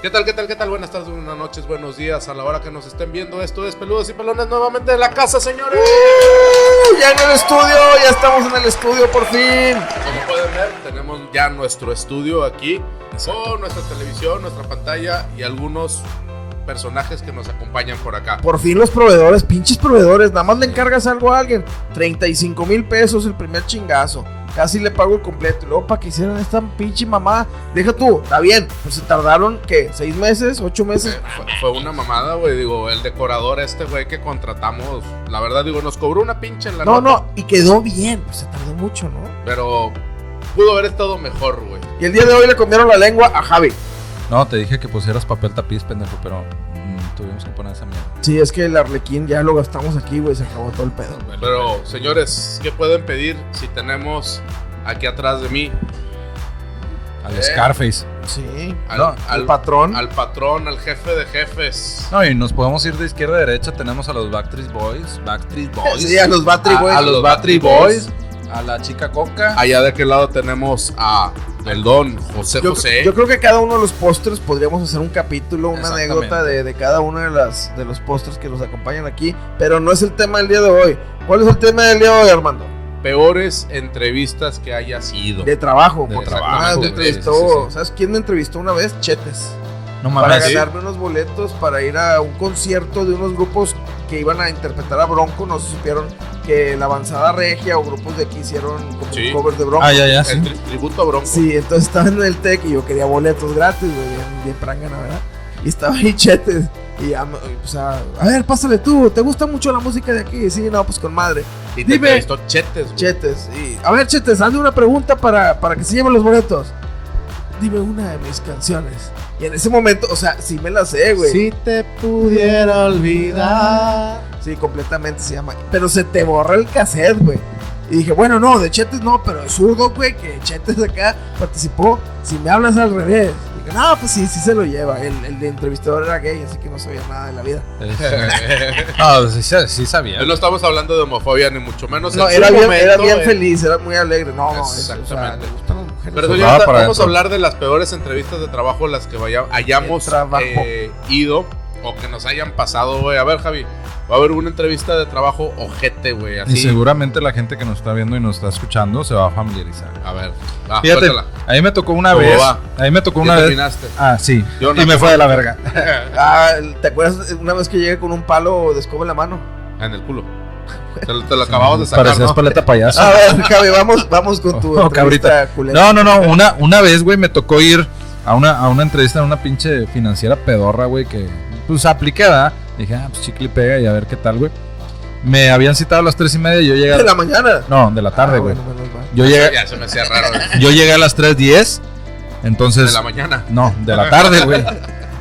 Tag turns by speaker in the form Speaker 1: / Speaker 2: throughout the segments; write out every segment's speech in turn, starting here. Speaker 1: ¿Qué tal, qué tal, qué tal? Buenas tardes, buenas noches, buenos días a la hora que nos estén viendo. Esto es Peludos y Pelones nuevamente de la casa, señores.
Speaker 2: Ya en el estudio, ya estamos en el estudio por fin.
Speaker 1: Como pueden ver, tenemos ya nuestro estudio aquí con nuestra televisión, nuestra pantalla y algunos personajes que nos acompañan por acá.
Speaker 2: Por fin los proveedores, pinches proveedores, nada más le encargas algo a alguien. 35 mil pesos el primer chingazo. Casi le pago el completo. Y luego para que hicieran esta pinche mamá. Deja tú, está bien. Pues se tardaron, ¿qué? ¿Seis meses? ¿Ocho meses?
Speaker 1: Eh, fue, fue una mamada, güey. Digo, el decorador este, güey, que contratamos, la verdad, digo, nos cobró una pinche en la
Speaker 2: No,
Speaker 1: nota,
Speaker 2: no, y quedó bien. Pues se tardó mucho, ¿no?
Speaker 1: Pero pudo haber estado mejor, güey.
Speaker 2: Y el día de hoy le comieron la lengua a Javi.
Speaker 3: No, te dije que pusieras papel tapiz, pendejo, pero mm, tuvimos que poner esa mierda.
Speaker 2: Sí, es que el arlequín ya lo gastamos aquí, güey. Se acabó todo el pedo.
Speaker 1: Pero, señores, ¿qué pueden pedir si tenemos aquí atrás de mí
Speaker 3: Al
Speaker 1: Eh.
Speaker 3: Scarface.
Speaker 2: Sí.
Speaker 1: al,
Speaker 3: No,
Speaker 2: Al patrón.
Speaker 1: al patrón, al jefe de jefes?
Speaker 3: No, y nos podemos ir de izquierda a derecha. Tenemos a los Backstreet Boys. Backstreat Boys.
Speaker 2: Sí, a los Battery
Speaker 3: a,
Speaker 2: Boys.
Speaker 3: a los Backstreet Boys. A la chica Coca.
Speaker 1: Allá de aquel lado tenemos a el don José
Speaker 2: Yo,
Speaker 1: José.
Speaker 2: yo creo que cada uno de los pósters podríamos hacer un capítulo, una
Speaker 3: Exactamente.
Speaker 2: anécdota de, de cada uno de, las, de los pósters que nos acompañan aquí, pero no es el tema del día de hoy. ¿Cuál es el tema del día de hoy, Armando?
Speaker 1: Peores entrevistas que haya sido.
Speaker 2: De trabajo.
Speaker 3: De
Speaker 2: porque
Speaker 1: trabajo,
Speaker 2: Armando
Speaker 1: güey,
Speaker 2: Ah, entrevistó,
Speaker 3: sí, sí, sí.
Speaker 2: ¿sabes quién me entrevistó una vez? Chetes.
Speaker 3: No
Speaker 2: Para
Speaker 3: mames.
Speaker 1: sí.
Speaker 2: ganarme unos boletos para ir a un concierto de unos grupos que iban a interpretar a Bronco, no se supieron que la avanzada regia o grupos de aquí hicieron como
Speaker 1: Sí.
Speaker 2: un cover de Bronco.
Speaker 3: Ah, ya, ya, sí.
Speaker 1: El tri- tributo a Bronco.
Speaker 2: Sí, entonces estaba en el TEC y yo quería boletos gratis, güey, bien, bien prangana, ¿verdad? Y estaba ahí chetes. Y ya, me- o sea, a ver, pásale tú, ¿te gusta mucho la música de aquí? Sí, no, pues con madre.
Speaker 1: Y te
Speaker 2: Dime.
Speaker 1: entrevistó Chetes, güey.
Speaker 2: Chetes, y, a ver, chetes, hazle una pregunta para, para que se lleven los boletos. Dime una de mis canciones. Y en ese momento, o sea, sí me la sé, güey. Sí,
Speaker 3: te pudiera olvidar.
Speaker 2: completamente se llama. Pero se te borra el cassette, güey. Y dije, bueno, no, de Chetes no, pero es zurdo, güey, que Chetes acá participó. Si me hablas al revés. Dije, no, pues sí, sí se lo lleva. El, el de entrevistador era gay, así que no sabía nada de la vida.
Speaker 3: eh, No, sí, sa- sí sabía.
Speaker 1: no estamos hablando de homofobia, ni mucho menos.
Speaker 2: No,
Speaker 1: en
Speaker 2: era
Speaker 1: su
Speaker 2: bien,
Speaker 1: momento,
Speaker 2: era bien
Speaker 1: eh.
Speaker 2: feliz, era muy alegre. No, no, es- o sea,
Speaker 1: Exactamente.
Speaker 2: le gustan las mujeres.
Speaker 1: Pero
Speaker 3: Soldado
Speaker 1: señor, ta-
Speaker 3: para
Speaker 1: vamos a
Speaker 3: adentro.
Speaker 1: hablar de las peores entrevistas de trabajo a las que vaya- hayamos
Speaker 2: De trabajo.
Speaker 1: eh, ido o que nos hayan pasado, güey. A ver, Javi, va a haber una entrevista de trabajo ojete, güey,
Speaker 3: Y
Speaker 1: así.
Speaker 3: seguramente la gente que nos está viendo y nos está escuchando se va a familiarizar.
Speaker 1: A ver, va,
Speaker 3: Fíjate,
Speaker 1: suéltala.
Speaker 3: a mí me tocó una
Speaker 1: ¿Cómo
Speaker 3: vez.
Speaker 1: va?
Speaker 3: A mí me tocó
Speaker 1: Ya
Speaker 3: una vez.
Speaker 1: terminaste.
Speaker 3: Ah, sí.
Speaker 1: Yo no.
Speaker 3: Y me fue de la verga.
Speaker 2: Ah, ¿te acuerdas una vez que llegué con un palo de escoba en la mano?
Speaker 1: en el culo. Te lo, te lo acabamos de sacar,
Speaker 3: Parecías
Speaker 1: ¿no?
Speaker 3: paleta payaso.
Speaker 2: A ver, Ah, Javi, vamos, vamos con tu
Speaker 3: Oh,
Speaker 2: entrevista
Speaker 3: cabrita.
Speaker 2: culera.
Speaker 3: No, no, no. Una, una vez, güey, me tocó ir a una, a una entrevista en una pinche financiera pedorra, güey, que pues apliqué, ¿verdad? Dije, ah, pues chicle y pega y a ver qué tal, güey. Me habían citado a las tres y media y yo llegué. A...
Speaker 2: de la mañana.
Speaker 3: No, de la tarde,
Speaker 2: Ah,
Speaker 3: güey.
Speaker 2: bueno, menos mal.
Speaker 3: Yo llegué,
Speaker 1: Ya se me hacía raro. güey.
Speaker 3: yo llegué a las 3.10.
Speaker 1: De
Speaker 3: Entonces.
Speaker 1: la mañana.
Speaker 3: No, de la tarde, güey.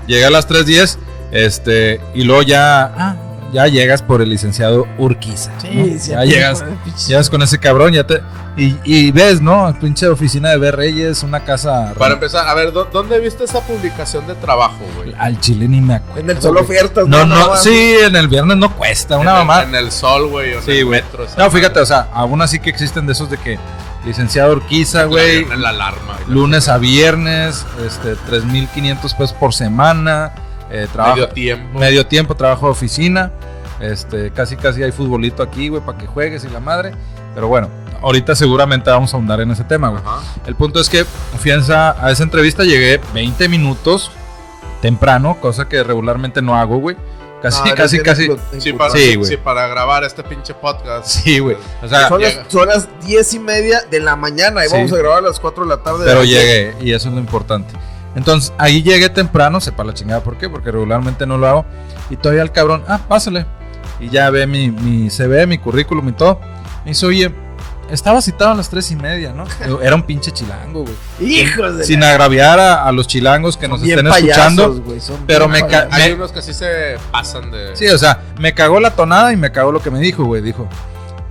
Speaker 3: Llegué a las 3.10. Este. Y luego ya. ah, ya llegas por el licenciado Urquiza. ¿no?
Speaker 2: Sí, sí,
Speaker 3: Ya
Speaker 2: aquí
Speaker 3: llegas.
Speaker 2: con el pinche-
Speaker 3: Ya ves con ese cabrón, ya te. Y, y ves, ¿no? Pinche oficina de B. Reyes, una casa.
Speaker 1: Para empezar, a ver, ¿dó- ¿dónde viste esa publicación de trabajo, güey?
Speaker 3: Al chile ni me acuerdo.
Speaker 2: En el solo ofertas.
Speaker 3: No, no,
Speaker 2: Nada
Speaker 3: sí, en el viernes no cuesta, una
Speaker 1: En el-
Speaker 3: mamá.
Speaker 1: En el sol, güey. o en
Speaker 3: Sí,
Speaker 1: el
Speaker 3: güey.
Speaker 1: metro, esa
Speaker 3: No, fíjate,
Speaker 1: madre.
Speaker 3: o sea, aún así que existen de esos de que licenciado Urquiza, güey,
Speaker 1: En la alarma. güey.
Speaker 3: lunes a viernes, este, 3.500 pesos por semana, eh, trabajo,
Speaker 1: Medio
Speaker 3: medio,
Speaker 1: tiempo.
Speaker 3: tiempo, trabajo de oficina, este, casi casi hay futbolito aquí, güey, para que juegues y la madre, pero bueno, ahorita seguramente vamos a ahondar en ese tema, güey.
Speaker 1: Ajá.
Speaker 3: El punto es que, fianza, a esa entrevista llegué 20 minutos temprano, cosa que regularmente no hago, güey. Casi,
Speaker 2: más. No,
Speaker 3: casi,
Speaker 2: Ah, eres
Speaker 3: casi.
Speaker 2: bien imput-
Speaker 1: Sí, para,
Speaker 3: Sí,
Speaker 1: sí,
Speaker 3: güey.
Speaker 1: para grabar este pinche podcast.
Speaker 3: Sí, güey. O sea,
Speaker 2: Son
Speaker 1: llega.
Speaker 2: las, son las diez y media de la mañana y
Speaker 3: Sí.
Speaker 2: vamos a grabar a las 4 de la tarde.
Speaker 3: pero
Speaker 2: Así.
Speaker 3: llegué y eso es lo importante. Entonces, ahí llegué temprano, sepa la chingada por qué, porque regularmente no lo hago. Y todavía el cabrón, ah, pásale. Y ya ve mi, mi CV, mi currículum y todo. Me dice, oye, estaba citado a las tres y media, ¿no? Yo, Era un pinche chilango, güey.
Speaker 2: Hijos de
Speaker 3: Sin
Speaker 2: la-
Speaker 3: agraviar a, a los chilangos que nos
Speaker 2: bien
Speaker 3: estén
Speaker 2: payasos,
Speaker 3: escuchando.
Speaker 2: güey, son
Speaker 3: pero
Speaker 2: bien
Speaker 3: me ca-
Speaker 2: payasos.
Speaker 1: Hay
Speaker 3: Me-
Speaker 1: unos que sí se pasan de.
Speaker 3: Sí, o sea, me cagó la tonada y me cagó lo que me dijo, güey. Dijo,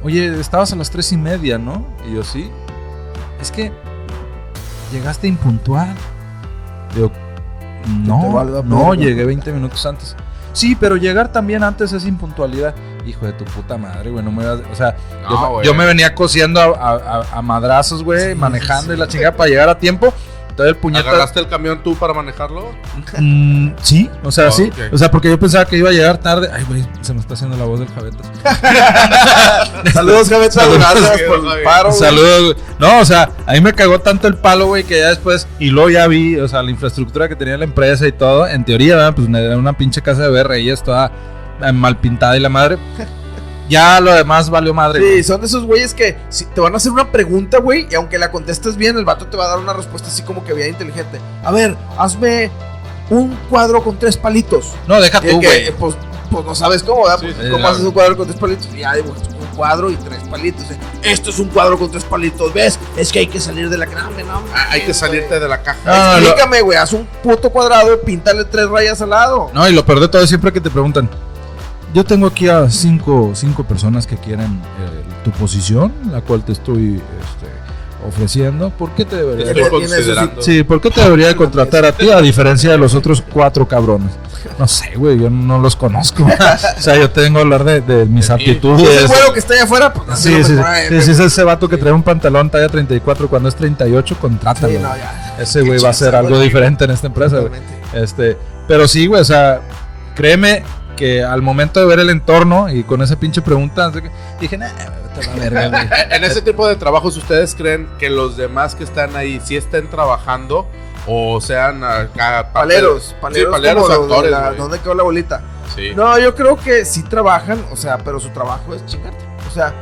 Speaker 3: oye, estabas a las tres y media, ¿no? Y yo, sí. Es que llegaste impuntual. Digo,
Speaker 2: te
Speaker 3: no,
Speaker 2: valga
Speaker 3: no,
Speaker 2: verga".
Speaker 3: llegué 20 minutos antes. Sí, pero llegar también antes es impuntualidad. Hijo de tu puta madre, güey, no me vas... O sea,
Speaker 1: No,
Speaker 3: yo, me-
Speaker 1: güey.
Speaker 3: yo me venía cosiendo a, a- a- a madrazos, güey,
Speaker 2: Sí,
Speaker 3: manejando
Speaker 2: sí,
Speaker 3: y la chingada para llegar a tiempo. Todavía el puñeta.
Speaker 1: ¿Agarraste el camión tú para manejarlo?
Speaker 3: Mm, sí, o sea,
Speaker 1: Ah,
Speaker 3: sí.
Speaker 1: ok.
Speaker 3: O sea, porque yo pensaba que iba a llegar tarde. Ay, güey, se me está haciendo la voz del Javetas.
Speaker 2: Saludos, Javier.
Speaker 3: Saludos.
Speaker 1: Gracias por el
Speaker 2: Javier.
Speaker 1: paro. güey.
Speaker 3: Saludos. güey. No, o sea, a mí me cagó tanto el palo, güey, que ya después, y luego ya vi, o sea, la infraestructura que tenía la empresa y todo, en teoría, ¿verdad? pues era una pinche casa de BRI, toda eh, mal pintada y la madre. Ya lo demás valió madre.
Speaker 2: Sí,
Speaker 3: güey.
Speaker 2: son de esos güeyes que si te van a hacer una pregunta, güey, y aunque la contestes bien, el vato te va a dar una respuesta así como que bien inteligente. A ver, hazme un cuadro con tres palitos.
Speaker 3: No, deja
Speaker 2: Y el
Speaker 3: Ah, tú,
Speaker 2: que,
Speaker 3: güey.
Speaker 2: eh, pues, pues no sabes cómo, ¿verdad?
Speaker 1: Sí,
Speaker 2: Pues,
Speaker 3: sí,
Speaker 2: ¿Cómo
Speaker 3: la-
Speaker 2: haces un cuadro con tres palitos? Ya dibujas un cuadro y tres palitos. eh. Esto es un cuadro con tres palitos, ¿ves? Es que hay que salir de la cara, hombre, no,
Speaker 1: Ah, Hay que salirte de la caja.
Speaker 3: Ah, no,
Speaker 2: Explícame, güey, haz un puto cuadrado, píntale tres rayas al lado.
Speaker 3: No, y lo peor de todo es siempre que te preguntan. Yo tengo aquí a cinco, cinco personas que quieren eh, tu posición, la cual te estoy este, ofreciendo. ¿Por qué te debería
Speaker 1: Estoy
Speaker 2: Tiene-
Speaker 1: considerando.
Speaker 3: Sí, ¿por qué te debería de contratar a ti a diferencia de los otros cuatro cabrones? No sé, güey, yo no los conozco. o sea, yo tengo que hablar de, de mis
Speaker 1: De ti.
Speaker 2: Pues
Speaker 3: aptitudes.
Speaker 2: el güero que está allá afuera, pues así
Speaker 3: Sí, sí,
Speaker 2: lo
Speaker 3: sí.
Speaker 2: trae,
Speaker 3: Sí,
Speaker 2: güey.
Speaker 3: sí, es ese vato que trae un pantalón talla 34 cuando es 38, contrátalo.
Speaker 2: Sí, no,
Speaker 3: güey.
Speaker 2: ya,
Speaker 3: Ese güey va a ser
Speaker 2: Qué
Speaker 3: algo
Speaker 2: chingón,
Speaker 3: diferente en esta empresa, güey.
Speaker 2: totalmente.
Speaker 3: Este, pero sí, güey, o sea, créeme que al momento de ver el entorno y con esa pinche pregunta, así que dije, nah, vete a la verga, güey".
Speaker 1: En ese tipo de trabajos, ¿ustedes creen que los demás que están ahí sí estén trabajando o sean acá,
Speaker 2: Paleros, paleros,
Speaker 1: Sí, paleros,
Speaker 2: como los de
Speaker 1: actores,
Speaker 2: la-
Speaker 1: güey.
Speaker 2: ¿Dónde quedó la bolita?
Speaker 1: Sí.
Speaker 2: No, yo creo que sí trabajan, o sea, pero su trabajo es chingarte. O sea,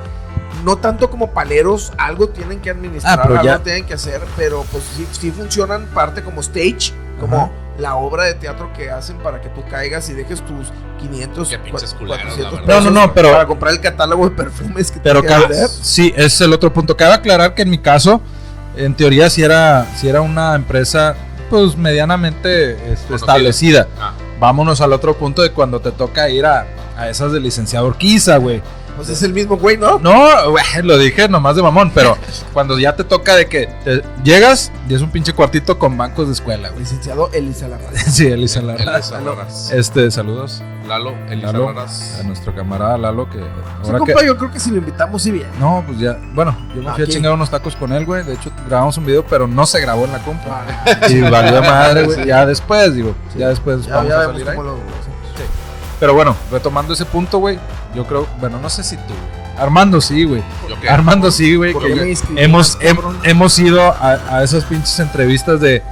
Speaker 2: no tanto como paleros, algo tienen que administrar,
Speaker 3: Ah, pero
Speaker 2: algo
Speaker 3: ya-
Speaker 2: tienen que hacer, pero pues sí, sí funcionan parte como stage, como
Speaker 3: Ajá.
Speaker 2: la obra de teatro que hacen para que tú caigas y dejes tus 500,
Speaker 1: Qué pinches
Speaker 2: cua-
Speaker 1: culeros, la
Speaker 2: 400
Speaker 1: verdad.
Speaker 3: No, no, no, pero-
Speaker 2: para comprar el catálogo de perfumes que
Speaker 3: Pero
Speaker 2: te quieran
Speaker 3: cabe,
Speaker 2: vender.
Speaker 3: sí, es el otro punto. Cabe aclarar que en mi caso, en teoría, si era, si era una empresa pues medianamente este,
Speaker 1: Conocida.
Speaker 3: establecida.
Speaker 1: Ah,
Speaker 3: Vámonos al otro punto de cuando te toca ir a, a esas de licenciado Urquiza, güey.
Speaker 2: Pues es el mismo güey, ¿no?
Speaker 3: No, güey, lo dije nomás de mamón, pero cuando ya te toca de que te- llegas y es un pinche cuartito con bancos de escuela, güey.
Speaker 2: Licenciado Elisa Larraz.
Speaker 3: Sí, Elisa Larra.
Speaker 1: Elisa Larraz.
Speaker 3: Este, saludos
Speaker 1: Lalo, Elisa
Speaker 3: Lalo. Ah,
Speaker 1: Larraz.
Speaker 3: a nuestro camarada Lalo que
Speaker 2: Sí,
Speaker 3: ahora que
Speaker 2: compa, yo creo que si lo invitamos, sí bien.
Speaker 3: No, pues ya, bueno, yo me fui a
Speaker 2: Aquí.
Speaker 3: chingar unos tacos con él, güey. De hecho, grabamos un video, pero no se grabó en la compra.
Speaker 2: Ah,
Speaker 3: Y valió madre, güey.
Speaker 1: Sí.
Speaker 3: Ya después, digo, ya
Speaker 1: pues
Speaker 3: después
Speaker 2: ya
Speaker 3: vamos
Speaker 2: ya
Speaker 3: a
Speaker 2: vemos
Speaker 3: salir ahí.
Speaker 2: cómo lo... lo-
Speaker 3: Pero bueno, retomando ese punto, güey, yo creo, bueno, no sé si tú, güey. Armando sí, güey.
Speaker 1: Yo qué.
Speaker 3: Armando sí, güey.
Speaker 2: ¿Por
Speaker 3: que
Speaker 2: qué me
Speaker 3: yo-
Speaker 2: inscribí?
Speaker 3: Hemos, hem- hemos ido a, a esas pinches entrevistas de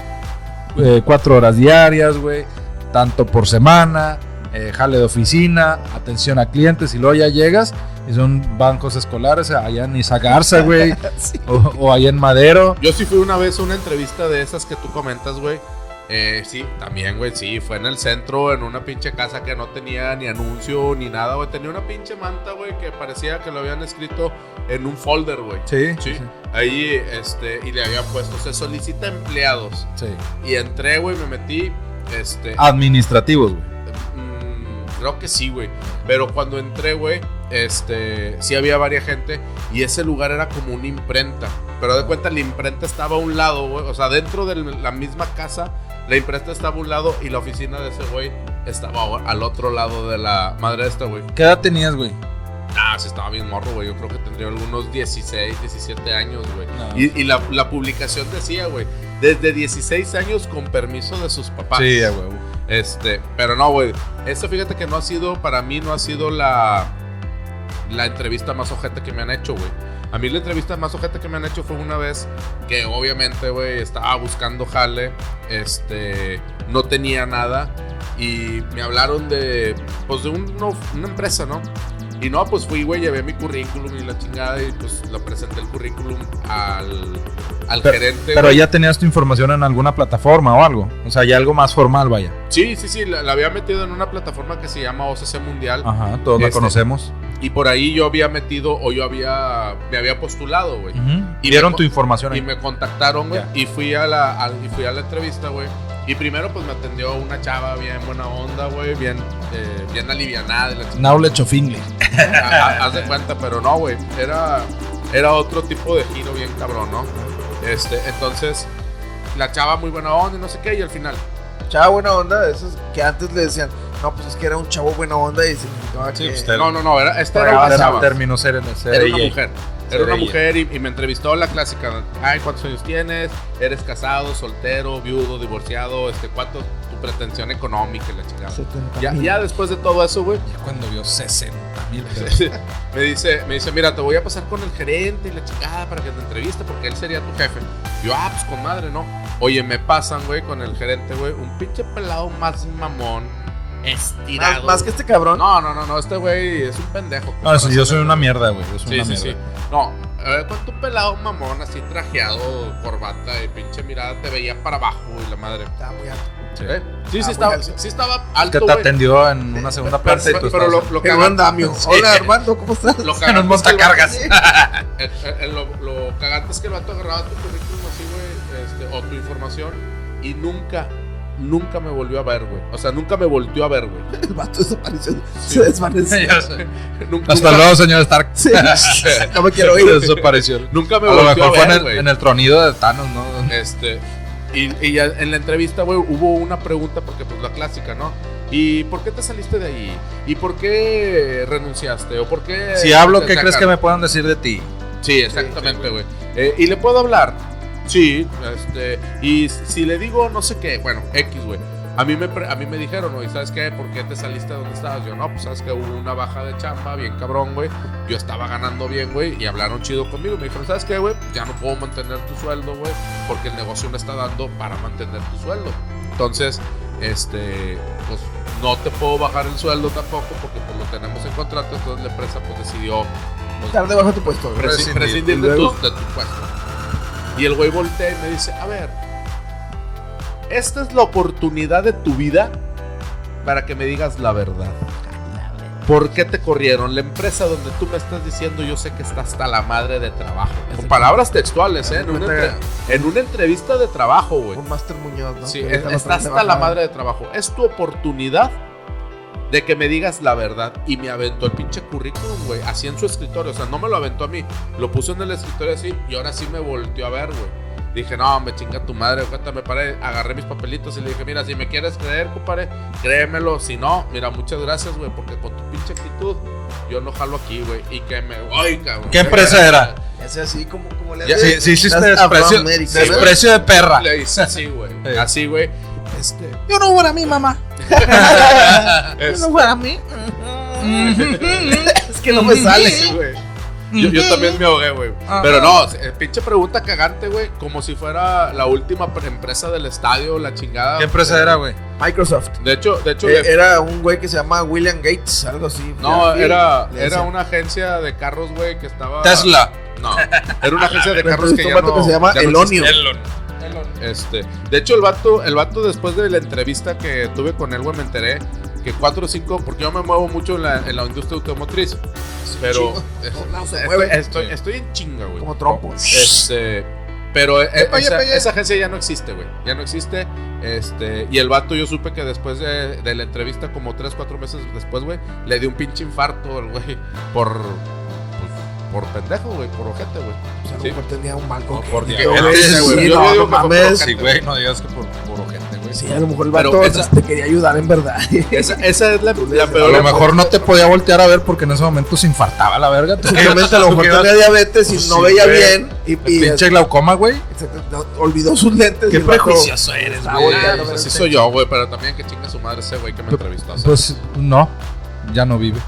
Speaker 3: eh, cuatro horas diarias, güey, tanto por semana, eh, jale de oficina, atención a clientes, y luego ya llegas y son bancos escolares allá en Izagarza, güey,
Speaker 2: Sí.
Speaker 3: o, o allá en Madero.
Speaker 1: Yo sí fui una vez a una entrevista de esas que tú comentas, güey. Eh, sí, también, güey, sí. Fue en el centro, en una pinche casa que no tenía ni anuncio ni nada, güey. Tenía una pinche manta, güey, que parecía que lo habían escrito en un folder, güey.
Speaker 3: Sí,
Speaker 1: Sí.
Speaker 3: sí.
Speaker 1: Ahí, este, y le habían puesto, se solicita empleados.
Speaker 3: sí.
Speaker 1: Y entré, güey, me metí, este...
Speaker 3: Ah. Administrativos, güey.
Speaker 1: Mm, Creo que sí, güey. Pero cuando entré, güey, este, sí había varias gente y ese lugar era como una imprenta. Pero de cuenta, la imprenta estaba a un lado, güey. O sea, dentro de la misma casa, la imprenta estaba a un lado y la oficina de ese güey estaba a- al otro lado de la madre esta, güey.
Speaker 3: ¿Qué edad tenías, güey?
Speaker 1: Ah, sí, estaba bien morro, güey. Yo creo que tendría algunos 16, 17 años, güey.
Speaker 3: No.
Speaker 1: Y, y la, la publicación decía, güey, desde 16 años con permiso de sus papás.
Speaker 3: Sí, güey.
Speaker 1: Este, pero no, güey. Eso fíjate que no ha sido, para mí no ha sido la, la entrevista más ojete que me han hecho, güey. A mí la entrevista más ojete que me han hecho fue una vez que obviamente, güey, estaba buscando jale, este, no tenía nada y me hablaron de, pues de un- no, una empresa, ¿no? Y no, pues fui, güey, llevé mi currículum y la chingada y pues lo presenté el currículum al, al
Speaker 3: Pero-
Speaker 1: gerente.
Speaker 3: Pero
Speaker 1: güey.
Speaker 3: ya tenías tu información en alguna plataforma o algo. O sea, ya algo más formal, vaya.
Speaker 1: Sí, sí, sí, la, la había metido en una plataforma que se llama OCC Mundial.
Speaker 3: Ajá, todos la
Speaker 1: Este.
Speaker 3: conocemos.
Speaker 1: Y por ahí yo había metido o yo había me había postulado, güey.
Speaker 3: Y
Speaker 1: Y
Speaker 3: dieron
Speaker 1: me-
Speaker 3: tu información ahí.
Speaker 1: Y me contactaron, güey.
Speaker 3: Ya.
Speaker 1: Y fui a la al- y fui a la entrevista, güey. Y primero pues me atendió una chava bien buena onda, güey, bien eh, bien alivianada, y la
Speaker 3: Knowledge of English.
Speaker 1: chingada. Ha- ha- haz de cuenta, pero no, güey, era era otro tipo de giro bien cabrón, ¿no? Este, entonces la chava muy buena onda y no sé qué y al final
Speaker 2: Chava buena onda, de esos que antes le decían, No, pues es que era un chavo buena onda y significaba
Speaker 3: Sí,
Speaker 2: que.
Speaker 3: pues, te-
Speaker 1: No, no, no, era, esta era una
Speaker 3: Era
Speaker 1: chava.
Speaker 3: término ser en
Speaker 1: Era una
Speaker 3: ella.
Speaker 1: mujer. Era una
Speaker 3: ella.
Speaker 1: mujer y, y me entrevistó la clásica. Ay, ¿cuántos años tienes? ¿Eres casado, soltero, viudo, divorciado? Este, ¿Cuánto tu pretensión económica y la chingada?
Speaker 2: 70
Speaker 1: Ya,
Speaker 2: mil.
Speaker 1: ya después de todo eso, güey,
Speaker 3: Ya Cuando vio 60 mil
Speaker 1: me dice, me dice, mira, te voy a pasar con el gerente y la chingada para que te entreviste porque él sería tu jefe. Yo, ah, pues con madre, ¿no? Oye, me pasan, güey, con el gerente, güey, un pinche pelado más mamón, estirado.
Speaker 2: Más, más que este cabrón.
Speaker 1: No, no, no, no, este güey es un pendejo.
Speaker 3: No, eso, yo soy una
Speaker 1: mierda
Speaker 3: mierda, güey. Yo soy
Speaker 1: Sí,
Speaker 3: una
Speaker 1: sí, sí.
Speaker 3: mierda.
Speaker 1: No, eh, con tu pelado mamón, así trajeado, corbata y pinche mirada, te veía para abajo y la madre.
Speaker 2: Está muy alto.
Speaker 3: Sí.
Speaker 1: ¿Eh? Sí,
Speaker 2: Ah,
Speaker 1: sí,
Speaker 2: muy
Speaker 1: estaba,
Speaker 2: alto.
Speaker 1: sí estaba
Speaker 3: Es que
Speaker 1: alto,
Speaker 3: te
Speaker 1: güey.
Speaker 3: atendió en una segunda
Speaker 1: Pero,
Speaker 3: parte y tú
Speaker 1: pero- pero lo,
Speaker 3: estabas
Speaker 1: lo
Speaker 2: Qué
Speaker 1: cagante-
Speaker 2: buen andamio.
Speaker 1: Sí.
Speaker 2: Hola, Armando, ¿cómo estás?
Speaker 1: Lo
Speaker 3: en un
Speaker 1: cagante es que el
Speaker 3: montacargas.
Speaker 1: vato- el- el- lo, lo cagante es que el vato agarraba tu currículum así, güey, este, o tu información y nunca, nunca me volvió a ver, güey. O sea, nunca me volteó a ver, güey.
Speaker 2: El vato desapareció. Se desvaneció.
Speaker 3: Ya sé.
Speaker 1: Nun-
Speaker 3: Hasta
Speaker 1: nunca-
Speaker 3: luego, señor Stark.
Speaker 2: Sí. no me quiero ir.
Speaker 3: Desapareció.
Speaker 1: Nunca me
Speaker 3: A lo
Speaker 1: volteó a
Speaker 3: mejor fue en
Speaker 1: ver,
Speaker 3: el,
Speaker 1: güey.
Speaker 3: en el tronido de Thanos, ¿no?
Speaker 1: Este, y, y ya en la entrevista, güey, hubo una pregunta, porque pues la clásica, ¿no? ¿Y por qué te saliste de ahí? ¿Y por qué renunciaste? ¿O por qué...?
Speaker 3: Si hablo,
Speaker 1: te
Speaker 3: ¿qué crees que
Speaker 1: sacaron?
Speaker 3: me puedan decir de ti?
Speaker 1: Sí, exactamente, güey. Eh, ¿Y le puedo hablar? Sí, este... Y si le digo no sé qué, bueno, X, güey. A mí, me, pre- a mí me dijeron, güey, ¿sabes qué? ¿Por qué te saliste de donde estabas? Yo, no, pues sabes que hubo una baja de chamba, bien cabrón, güey. Yo estaba ganando bien, güey, y hablaron chido conmigo. Me dijeron, ¿sabes qué, güey? Ya no puedo mantener tu sueldo, güey, porque el negocio no está dando para mantener tu sueldo. Entonces, este, pues no te puedo bajar el sueldo tampoco porque pues lo tenemos en contrato. Entonces la empresa pues decidió pues,
Speaker 2: Estar debajo de tu puesto. güey.
Speaker 1: presi-
Speaker 3: Prescindir.
Speaker 1: prescindir
Speaker 2: ¿Y
Speaker 1: de,
Speaker 2: luego?
Speaker 1: tus- de tu puesto. Y el güey voltea y me dice, a ver, esta es la oportunidad de tu vida para que me digas la verdad. ¿Por qué te corrieron? La empresa donde tú me estás diciendo, yo sé que está hasta la madre de trabajo. Con palabras textuales, ¿eh? En una, entre- en una entrevista de trabajo, güey.
Speaker 2: Un Master Muñoz, ¿no?
Speaker 1: Sí,
Speaker 2: Que
Speaker 1: es-
Speaker 2: ahorita lo
Speaker 1: está
Speaker 2: traen
Speaker 1: hasta la
Speaker 2: debajo.
Speaker 1: madre de trabajo. Es tu oportunidad de que me digas la verdad. Y me aventó el pinche currículum, güey, así en su escritorio. O sea, no me lo aventó a mí. Lo puso en el escritorio así y ahora sí me volteó a ver, güey. Dije, no, me chinga tu madre, cuéntame, paré, agarré mis papelitos y le dije, mira, si me quieres creer, compadre, créemelo, si no, mira, muchas gracias, güey, porque con tu pinche actitud, yo no jalo aquí, güey, y que me voy, cabrón.
Speaker 3: ¿Qué empresa era?
Speaker 2: Ya sea así como, como le
Speaker 1: Ya-
Speaker 2: hace-
Speaker 3: Sí, sí, sí,
Speaker 2: Las
Speaker 3: desprecio,
Speaker 2: afroamericanas.
Speaker 3: desprecio de perra.
Speaker 1: Le hice así, güey,
Speaker 3: Sí.
Speaker 1: así, güey.
Speaker 2: Este,
Speaker 3: Yo no voy a mi mamá.
Speaker 1: Este,
Speaker 2: para mí. Es que no me sale,
Speaker 1: Sí, güey. Yo, yo también me ahogué, güey.
Speaker 3: Mm. Ajá.
Speaker 1: Pero no, eh, pinche pregunta cagante, güey. Como si fuera la última pre- empresa del estadio, la chingada. Eh,
Speaker 3: ¿Qué empresa era, güey?
Speaker 2: Microsoft.
Speaker 1: De hecho, de hecho,
Speaker 2: Eh,
Speaker 1: le-
Speaker 2: era un güey que se llama William Gates, algo así.
Speaker 1: no,
Speaker 2: Sí,
Speaker 1: era,
Speaker 2: le
Speaker 1: era
Speaker 2: decían.
Speaker 1: una agencia de carros, güey, que estaba.
Speaker 3: Tesla.
Speaker 1: No, era
Speaker 2: Ah,
Speaker 1: una agencia de
Speaker 2: Me
Speaker 1: carros que
Speaker 2: entrevistó un
Speaker 1: ya
Speaker 2: vato
Speaker 1: no,
Speaker 2: que se llama
Speaker 1: ya no
Speaker 2: Elonio.
Speaker 1: Este, de hecho, el vato, el vato después de la entrevista que tuve con él, güey, me enteré que 4 o 5, porque yo me muevo mucho en la, en la industria automotriz. Pero
Speaker 2: chingo.
Speaker 1: es-
Speaker 2: No, no se
Speaker 1: estoy-
Speaker 2: mueve.
Speaker 1: estoy, estoy en chinga, güey.
Speaker 2: Como trompo.
Speaker 1: Este, pero eh,
Speaker 2: Epa,
Speaker 1: esa,
Speaker 2: epa, ya.
Speaker 1: esa agencia ya no existe, güey. Ya no existe. Este, y el vato, yo supe que después de, de la entrevista, como 3, 4 meses después, güey, le dio un pinche infarto al güey. Por. pues, por pendejo, güey. Por ojete, güey.
Speaker 2: O sea, a lo
Speaker 1: Sí.
Speaker 2: mejor tenía un banco.
Speaker 3: No, por
Speaker 2: que-
Speaker 3: Dios.
Speaker 2: que-
Speaker 3: Sí,
Speaker 2: sí,
Speaker 3: güey.
Speaker 1: Yo-
Speaker 2: no,
Speaker 1: yo digo
Speaker 2: no
Speaker 1: que fue por
Speaker 2: mames.
Speaker 1: ojete,
Speaker 3: Sí, güey, no digas que por, por gente, güey.
Speaker 2: Sí, a lo mejor el
Speaker 1: Pero
Speaker 2: vato
Speaker 1: esa-
Speaker 2: te quería ayudar en verdad.
Speaker 1: Esa, esa es la,
Speaker 2: Tú le
Speaker 1: la
Speaker 2: dices,
Speaker 3: A
Speaker 1: peor.
Speaker 3: lo mejor no te podía voltear a ver porque en ese momento se infartaba la verga. Tú que-
Speaker 2: Obviamente, a lo
Speaker 3: tú
Speaker 2: mejor
Speaker 3: que
Speaker 2: tenía
Speaker 3: ibas-
Speaker 2: diabetes y
Speaker 3: Pues
Speaker 2: no
Speaker 3: sí,
Speaker 2: veía
Speaker 3: güey.
Speaker 2: bien. Y, y-
Speaker 3: Pinche glaucoma, güey.
Speaker 2: exacto, no, olvidó sus lentes. y
Speaker 3: Qué
Speaker 2: el vato-
Speaker 3: prejuicioso eres,
Speaker 2: Ah,
Speaker 1: güey,
Speaker 2: güey,
Speaker 3: güey.
Speaker 2: ya lo
Speaker 1: pues
Speaker 2: veo.
Speaker 1: así soy yo, güey. Pero también que chinga su madre ese güey que me entrevistó. o sea.
Speaker 3: Pues no, ya no vive.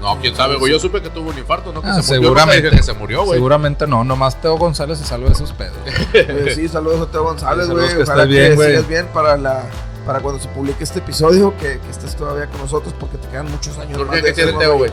Speaker 1: no, quién sabe, güey. Yo supe que tuvo un infarto, ¿no? Que
Speaker 3: Ah,
Speaker 1: se murió. Nunca dije
Speaker 3: seguramente.
Speaker 1: que se murió, güey.
Speaker 3: Seguramente no, nomás Teo González se salva de esos pedos.
Speaker 2: Oye, sí, saludos a Teo González,
Speaker 3: Saludos,
Speaker 2: güey.
Speaker 3: que
Speaker 2: Ojalá
Speaker 3: estés
Speaker 2: que
Speaker 3: bien, güey.
Speaker 2: sigas bien para la para cuando se publique este episodio, que, que estés todavía con nosotros porque te quedan muchos años
Speaker 1: ¿Por
Speaker 2: más
Speaker 1: qué?
Speaker 2: de
Speaker 1: ¿Qué tiene
Speaker 2: ese
Speaker 1: Teo, güey?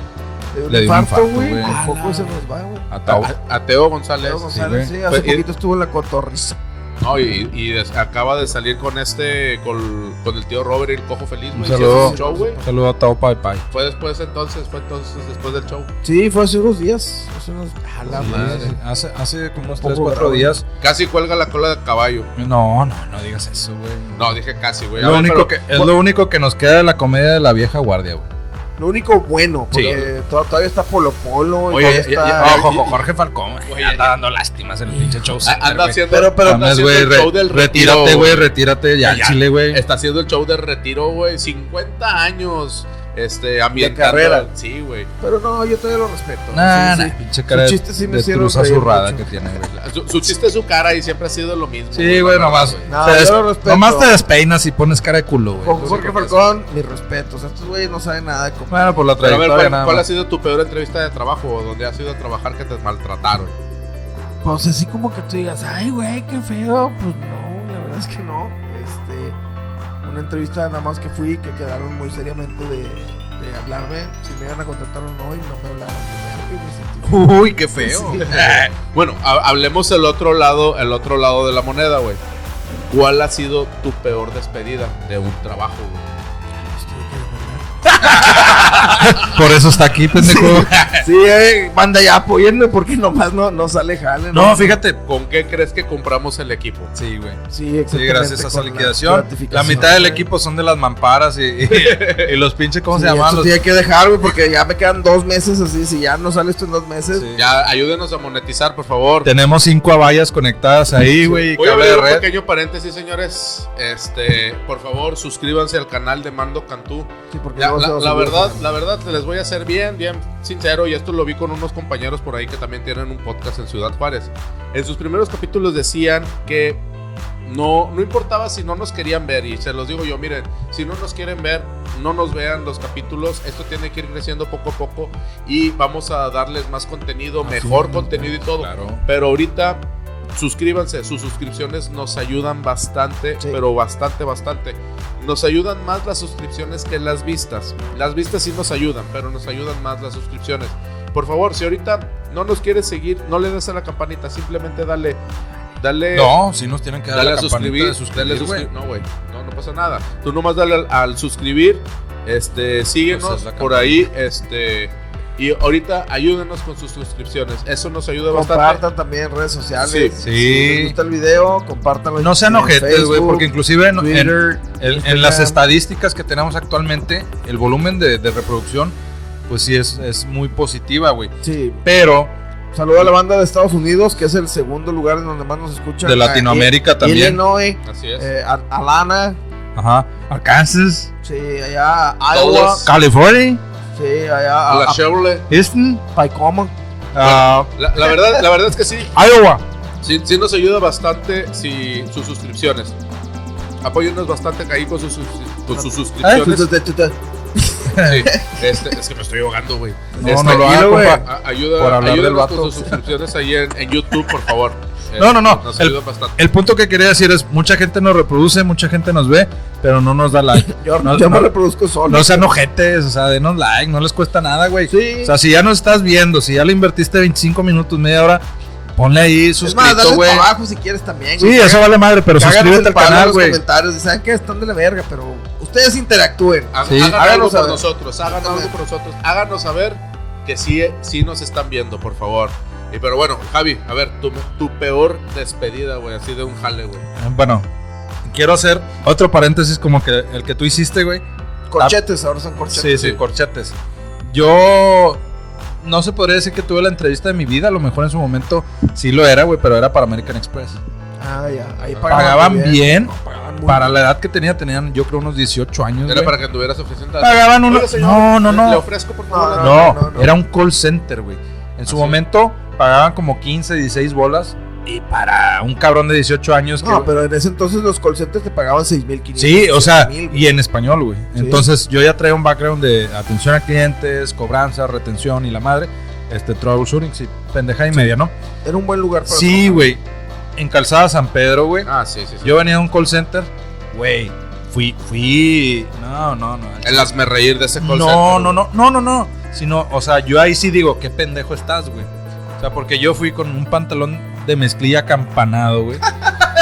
Speaker 2: De un
Speaker 3: Le dio un
Speaker 2: Eh, infarto,
Speaker 3: infarto,
Speaker 2: güey.
Speaker 3: güey. Ah,
Speaker 2: Con poco se nos va, güey.
Speaker 3: A Tao.
Speaker 1: A, a Teo González.
Speaker 2: Teo González, sí,
Speaker 3: güey.
Speaker 2: hace
Speaker 1: Pues, y-
Speaker 2: poquito estuvo en la cotorriza.
Speaker 1: No, y, y des- acaba de salir con este, con, con el tío Robert y el cojo feliz,
Speaker 3: Un
Speaker 1: güey.
Speaker 3: saludo.
Speaker 1: hicieron un show, güey.
Speaker 3: Saludo a Tao Pai Pai.
Speaker 1: Fue después entonces, fue entonces después del show.
Speaker 2: Sí, fue hace unos días. Hace unos. A la
Speaker 3: Sí,
Speaker 2: madre.
Speaker 3: sí, Hace, hace como unos
Speaker 2: Poco
Speaker 3: 3, 4
Speaker 2: bravo.
Speaker 3: días.
Speaker 1: Casi cuelga la cola de caballo.
Speaker 3: No, no, no digas eso, güey.
Speaker 1: No, dije casi, güey.
Speaker 3: Es
Speaker 1: A
Speaker 3: lo,
Speaker 1: ver, pero-
Speaker 3: único que, es lo único que nos queda de la comedia de la vieja guardia, güey.
Speaker 2: Lo único bueno,
Speaker 3: Sí.
Speaker 2: porque to- todavía está Polo Polo. y
Speaker 3: Oye,
Speaker 2: todavía
Speaker 3: ya-
Speaker 2: está-
Speaker 3: ya- ah. ojo, Jorge Falcón güey,
Speaker 1: Oye,
Speaker 3: anda
Speaker 1: ya-
Speaker 3: dando lástimas en el pinche show.
Speaker 1: Ah,
Speaker 3: center,
Speaker 1: anda
Speaker 3: güey.
Speaker 1: haciendo,
Speaker 2: Pero- pero-
Speaker 1: anda
Speaker 3: Mames,
Speaker 1: haciendo
Speaker 3: güey,
Speaker 1: el
Speaker 3: re-
Speaker 1: show del
Speaker 3: retírate,
Speaker 1: retiro,
Speaker 3: güey, retírate ya,
Speaker 1: Ya.
Speaker 3: Chile, güey.
Speaker 1: Está haciendo el show del retiro, güey. 50 años este, ambientando.
Speaker 2: carrera.
Speaker 1: Sí, güey.
Speaker 2: Pero no, yo todavía lo respeto.
Speaker 3: Nah,
Speaker 2: Sí,
Speaker 3: nah,
Speaker 2: sí.
Speaker 3: pinche cara
Speaker 2: chiste sí me
Speaker 3: de
Speaker 2: hicieron
Speaker 3: truza
Speaker 2: reír
Speaker 3: zurrada
Speaker 2: mucho.
Speaker 3: que tiene, güey.
Speaker 1: Su, su chiste es su cara y siempre ha sido lo mismo.
Speaker 3: Sí, güey,
Speaker 1: la
Speaker 3: nomás.
Speaker 1: verdad,
Speaker 2: No,
Speaker 3: Te des-
Speaker 2: yo lo respeto.
Speaker 3: Nomás te despeinas y pones cara de culo, güey.
Speaker 2: Con Jorge Falcón, mis respetos. Estos güeyes no saben nada de comer.
Speaker 3: Bueno, por la
Speaker 1: Pero a ver,
Speaker 3: trayectoria
Speaker 1: ¿cuál,
Speaker 3: nada
Speaker 1: cuál ha
Speaker 3: más.
Speaker 1: sido tu peor entrevista de trabajo o donde has ido a trabajar que te maltrataron?
Speaker 2: Pues así como que tú digas, ay, güey, qué feo. Pues no, la verdad es que no. Este, una entrevista nada más que fui que quedaron muy seriamente de, de hablarme. Si me iban a contratar o no, y no me hablaron. Y me sentí-
Speaker 3: Uy, qué
Speaker 2: Sí.
Speaker 1: Bueno, ha- hablemos el otro lado, el otro lado de la moneda, güey. ¿Cuál ha sido tu peor despedida de un trabajo, güey?
Speaker 2: Estoy que de
Speaker 3: Por eso está aquí, pendejo.
Speaker 2: verdad. Sí, eh, banda ya apóyenme porque nomás no, no sale jale.
Speaker 3: No, fíjate.
Speaker 1: ¿Con qué crees que compramos el equipo?
Speaker 3: Sí, güey.
Speaker 2: Sí,
Speaker 3: Sí,
Speaker 2: exactamente,
Speaker 3: gracias a esa
Speaker 2: con la
Speaker 3: liquidación. La
Speaker 2: gratificación,
Speaker 3: mitad del
Speaker 2: güey.
Speaker 3: equipo son de las mamparas y, y- y los pinches, ¿cómo se
Speaker 2: Sí,
Speaker 3: llaman?
Speaker 2: esto
Speaker 3: Los-
Speaker 2: sí hay que dejar, güey, porque ya me quedan dos meses así. Si ya no sale esto en dos meses,
Speaker 3: Sí.
Speaker 1: Ya, ayúdenos a monetizar, por favor.
Speaker 3: Tenemos cinco abayas conectadas ahí, güey. y
Speaker 1: Voy a
Speaker 3: cable
Speaker 1: abrir
Speaker 3: de
Speaker 1: un
Speaker 3: red.
Speaker 1: pequeño paréntesis, señores. Este, por favor, suscríbanse al canal de Mando Cantú.
Speaker 2: sí, porque
Speaker 1: Ya,
Speaker 2: luego se
Speaker 1: la,
Speaker 2: los
Speaker 1: la
Speaker 2: subo
Speaker 1: verdad,
Speaker 2: también.
Speaker 1: la verdad, les voy a ser bien, bien sincero, y esto lo vi con unos compañeros por ahí que también tienen un podcast en Ciudad Juárez. En sus primeros capítulos decían que no, no importaba si no nos querían ver, y se los digo yo, miren, si no nos quieren ver, no nos vean los capítulos, esto tiene que ir creciendo poco a poco, y vamos a darles más contenido, mejor contenido y todo.
Speaker 3: Claro.
Speaker 1: Pero ahorita suscríbanse, sus suscripciones nos ayudan bastante,
Speaker 2: Sí.
Speaker 1: pero bastante, bastante. Nos ayudan más las suscripciones que las vistas. Las vistas sí nos ayudan, pero nos ayudan más las suscripciones. Por favor, si ahorita no nos quieres seguir, no le des a la campanita, simplemente dale, dale,
Speaker 3: No, sí nos tienen que dar
Speaker 1: dale
Speaker 3: la
Speaker 1: a suscribir,
Speaker 3: campanita de
Speaker 1: dale
Speaker 3: suscribir,
Speaker 1: suscri-
Speaker 3: güey.
Speaker 1: No, güey, no, no pasa nada. Tú nomás dale al, al suscribir, este, síguenos
Speaker 3: Pues es la
Speaker 1: por ahí, este, y ahorita ayúdenos con sus suscripciones. Eso nos ayuda bastante.
Speaker 2: Compartan también redes sociales.
Speaker 1: Sí.
Speaker 2: Si
Speaker 3: Sí.
Speaker 2: les gusta el video, compártanlo.
Speaker 3: No sean
Speaker 2: en
Speaker 3: ojetes, güey,
Speaker 2: Facebook,
Speaker 3: porque inclusive en, en-
Speaker 2: Twitter.
Speaker 3: en- en las estadísticas que tenemos actualmente, el volumen de, de reproducción, pues sí es, es muy positiva, güey.
Speaker 2: Sí.
Speaker 3: Pero
Speaker 2: Saludo a la banda de Estados Unidos, que es el segundo lugar en donde más nos escuchan.
Speaker 3: de Latinoamérica
Speaker 2: Aquí,
Speaker 3: también.
Speaker 2: Illinois,
Speaker 1: Así es.
Speaker 2: eh, Ar- Alana,
Speaker 3: Ajá. Arkansas,
Speaker 2: sí, allá Iowa,
Speaker 1: Todos.
Speaker 3: California,
Speaker 2: sí, allá
Speaker 1: la
Speaker 3: ah,
Speaker 2: a-
Speaker 1: Chevrolet.
Speaker 3: Houston,
Speaker 2: a Pacoma.
Speaker 3: ah,
Speaker 1: La, la verdad, la verdad es que sí,
Speaker 3: Iowa.
Speaker 1: sí, sí nos ayuda bastante si sus suscripciones. Apóyennos bastante ahí con sus, sus- con sus
Speaker 3: Ah,
Speaker 1: suscripciones. Sí, este, es que me estoy ahogando, güey.
Speaker 3: No,
Speaker 1: Este,
Speaker 3: no lo hagas,
Speaker 1: tranquilo, güey.
Speaker 3: compa.
Speaker 1: A-
Speaker 3: Por
Speaker 1: Ayuda,
Speaker 3: hablar del
Speaker 1: ayúdenos
Speaker 3: vato.
Speaker 1: con sus suscripciones ahí en, en YouTube, por favor. Eh,
Speaker 3: No, no, no.
Speaker 1: Nos
Speaker 3: El-
Speaker 1: ayuda bastante.
Speaker 3: El punto que quería decir es, mucha gente nos reproduce, mucha gente nos ve, pero no nos da like.
Speaker 2: Yo,
Speaker 3: No,
Speaker 2: yo me
Speaker 3: no.
Speaker 2: reproduzco solo.
Speaker 3: No sean ojetes, o sea, denos like, no les cuesta nada, güey.
Speaker 2: sí.
Speaker 3: O sea, si ya nos estás viendo, si ya le invertiste 25 minutos, media hora, ponle ahí
Speaker 2: es más, dale
Speaker 3: suscrito, güey.
Speaker 2: para abajo si quieres también.
Speaker 3: Sí, eso vale madre, pero
Speaker 2: Cáganos
Speaker 3: suscríbete
Speaker 2: el
Speaker 3: al
Speaker 2: palo en
Speaker 3: canal,
Speaker 2: los
Speaker 3: güey.
Speaker 2: comentarios. y Saben que están de la verga, pero ustedes interactúen.
Speaker 1: Ha-
Speaker 3: sí.
Speaker 1: Hagan algo
Speaker 2: Háganos
Speaker 1: por
Speaker 2: saber.
Speaker 1: nosotros, hagan algo por nosotros. Háganos saber que sí, sí nos están viendo, por favor. Y, pero bueno, Javi, a ver, tu, tu peor despedida, güey, así de un jale, güey.
Speaker 3: Bueno, quiero hacer otro paréntesis como que el que tú hiciste, güey.
Speaker 2: Corchetes, ahora son corchetes.
Speaker 3: Sí, sí,
Speaker 1: sí.
Speaker 3: corchetes. Yo no se podría decir que tuve la entrevista de mi vida, a lo mejor en su momento sí lo era, güey, pero era para American Express.
Speaker 2: Ah, ya. Ahí
Speaker 3: Pagaban bien,
Speaker 2: Pagaban muy
Speaker 3: para
Speaker 2: bien.
Speaker 3: la edad que tenía, tenían yo creo unos 18 años.
Speaker 1: Era
Speaker 3: güey.
Speaker 1: para que anduvieras ofreciendo.
Speaker 3: Pagaban uno.
Speaker 1: Oiga, señor,
Speaker 3: No, no, no.
Speaker 1: Le ofrezco, por favor.
Speaker 2: No,
Speaker 1: la-
Speaker 3: No,
Speaker 2: no, ¿Ah, no.
Speaker 3: era un call center, güey. En su
Speaker 1: Así.
Speaker 3: momento pagaban como 15, 16 bolas. Y para un cabrón de 18 años que.
Speaker 2: No, pero en ese entonces los call centers te pagaban 6.500.
Speaker 3: Sí, o sea,
Speaker 2: 7,000, güey.
Speaker 3: y en español, güey.
Speaker 2: Sí.
Speaker 3: Entonces yo ya traía un background de atención a clientes, cobranza, retención y la madre. Este, troubleshooting, sí, pendeja y media, ¿no?
Speaker 2: Era un buen lugar para
Speaker 3: Sí, güey. En Calzada San Pedro, güey.
Speaker 1: Ah, sí, sí. sí.
Speaker 3: Yo venía de un call center, güey. Fui, fui. No, no, no.
Speaker 1: El hazme reír de ese call
Speaker 3: No,
Speaker 1: center,
Speaker 3: no,
Speaker 1: güey.
Speaker 3: no, no, no, no. Sino, o sea, yo ahí sí digo, qué pendejo estás, güey. O sea, porque yo fui con un pantalón de mezclilla acampanado, güey.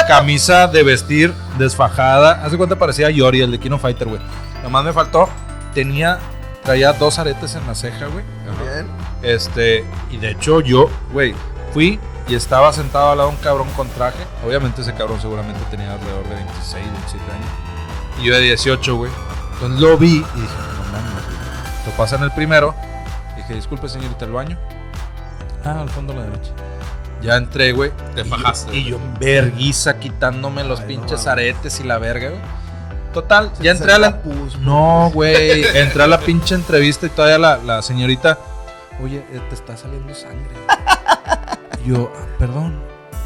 Speaker 3: Camisa de vestir desfajada. Hace cuenta parecía Yori, el de Kino Fighter, güey. Nomás me faltó, tenía, traía dos aretes en la ceja, güey.
Speaker 1: Ajá.
Speaker 2: Bien.
Speaker 3: Este, y de hecho yo, güey, fui y estaba sentado al lado de un cabrón con traje. Obviamente ese cabrón seguramente tenía alrededor de 26, 27 años. Y yo de 18, güey. Entonces lo vi y dije, no mames, güey. Lo pasan el primero. Dije, disculpe, señorita, el baño. Ah, al fondo a la derecha. Ya entré, güey.
Speaker 1: Te
Speaker 3: y-
Speaker 1: fajaste,
Speaker 3: Y, yo en verguiza quitándome los
Speaker 2: Ay, no
Speaker 3: pinches
Speaker 2: mames.
Speaker 3: aretes y la verga, güey. Total, ya
Speaker 2: Se
Speaker 3: entré a la.
Speaker 2: pus,
Speaker 3: No, güey. Entré a la pinche entrevista y todavía la, la señorita. Oye, eh, te está saliendo sangre. Y yo, "Ah, perdón.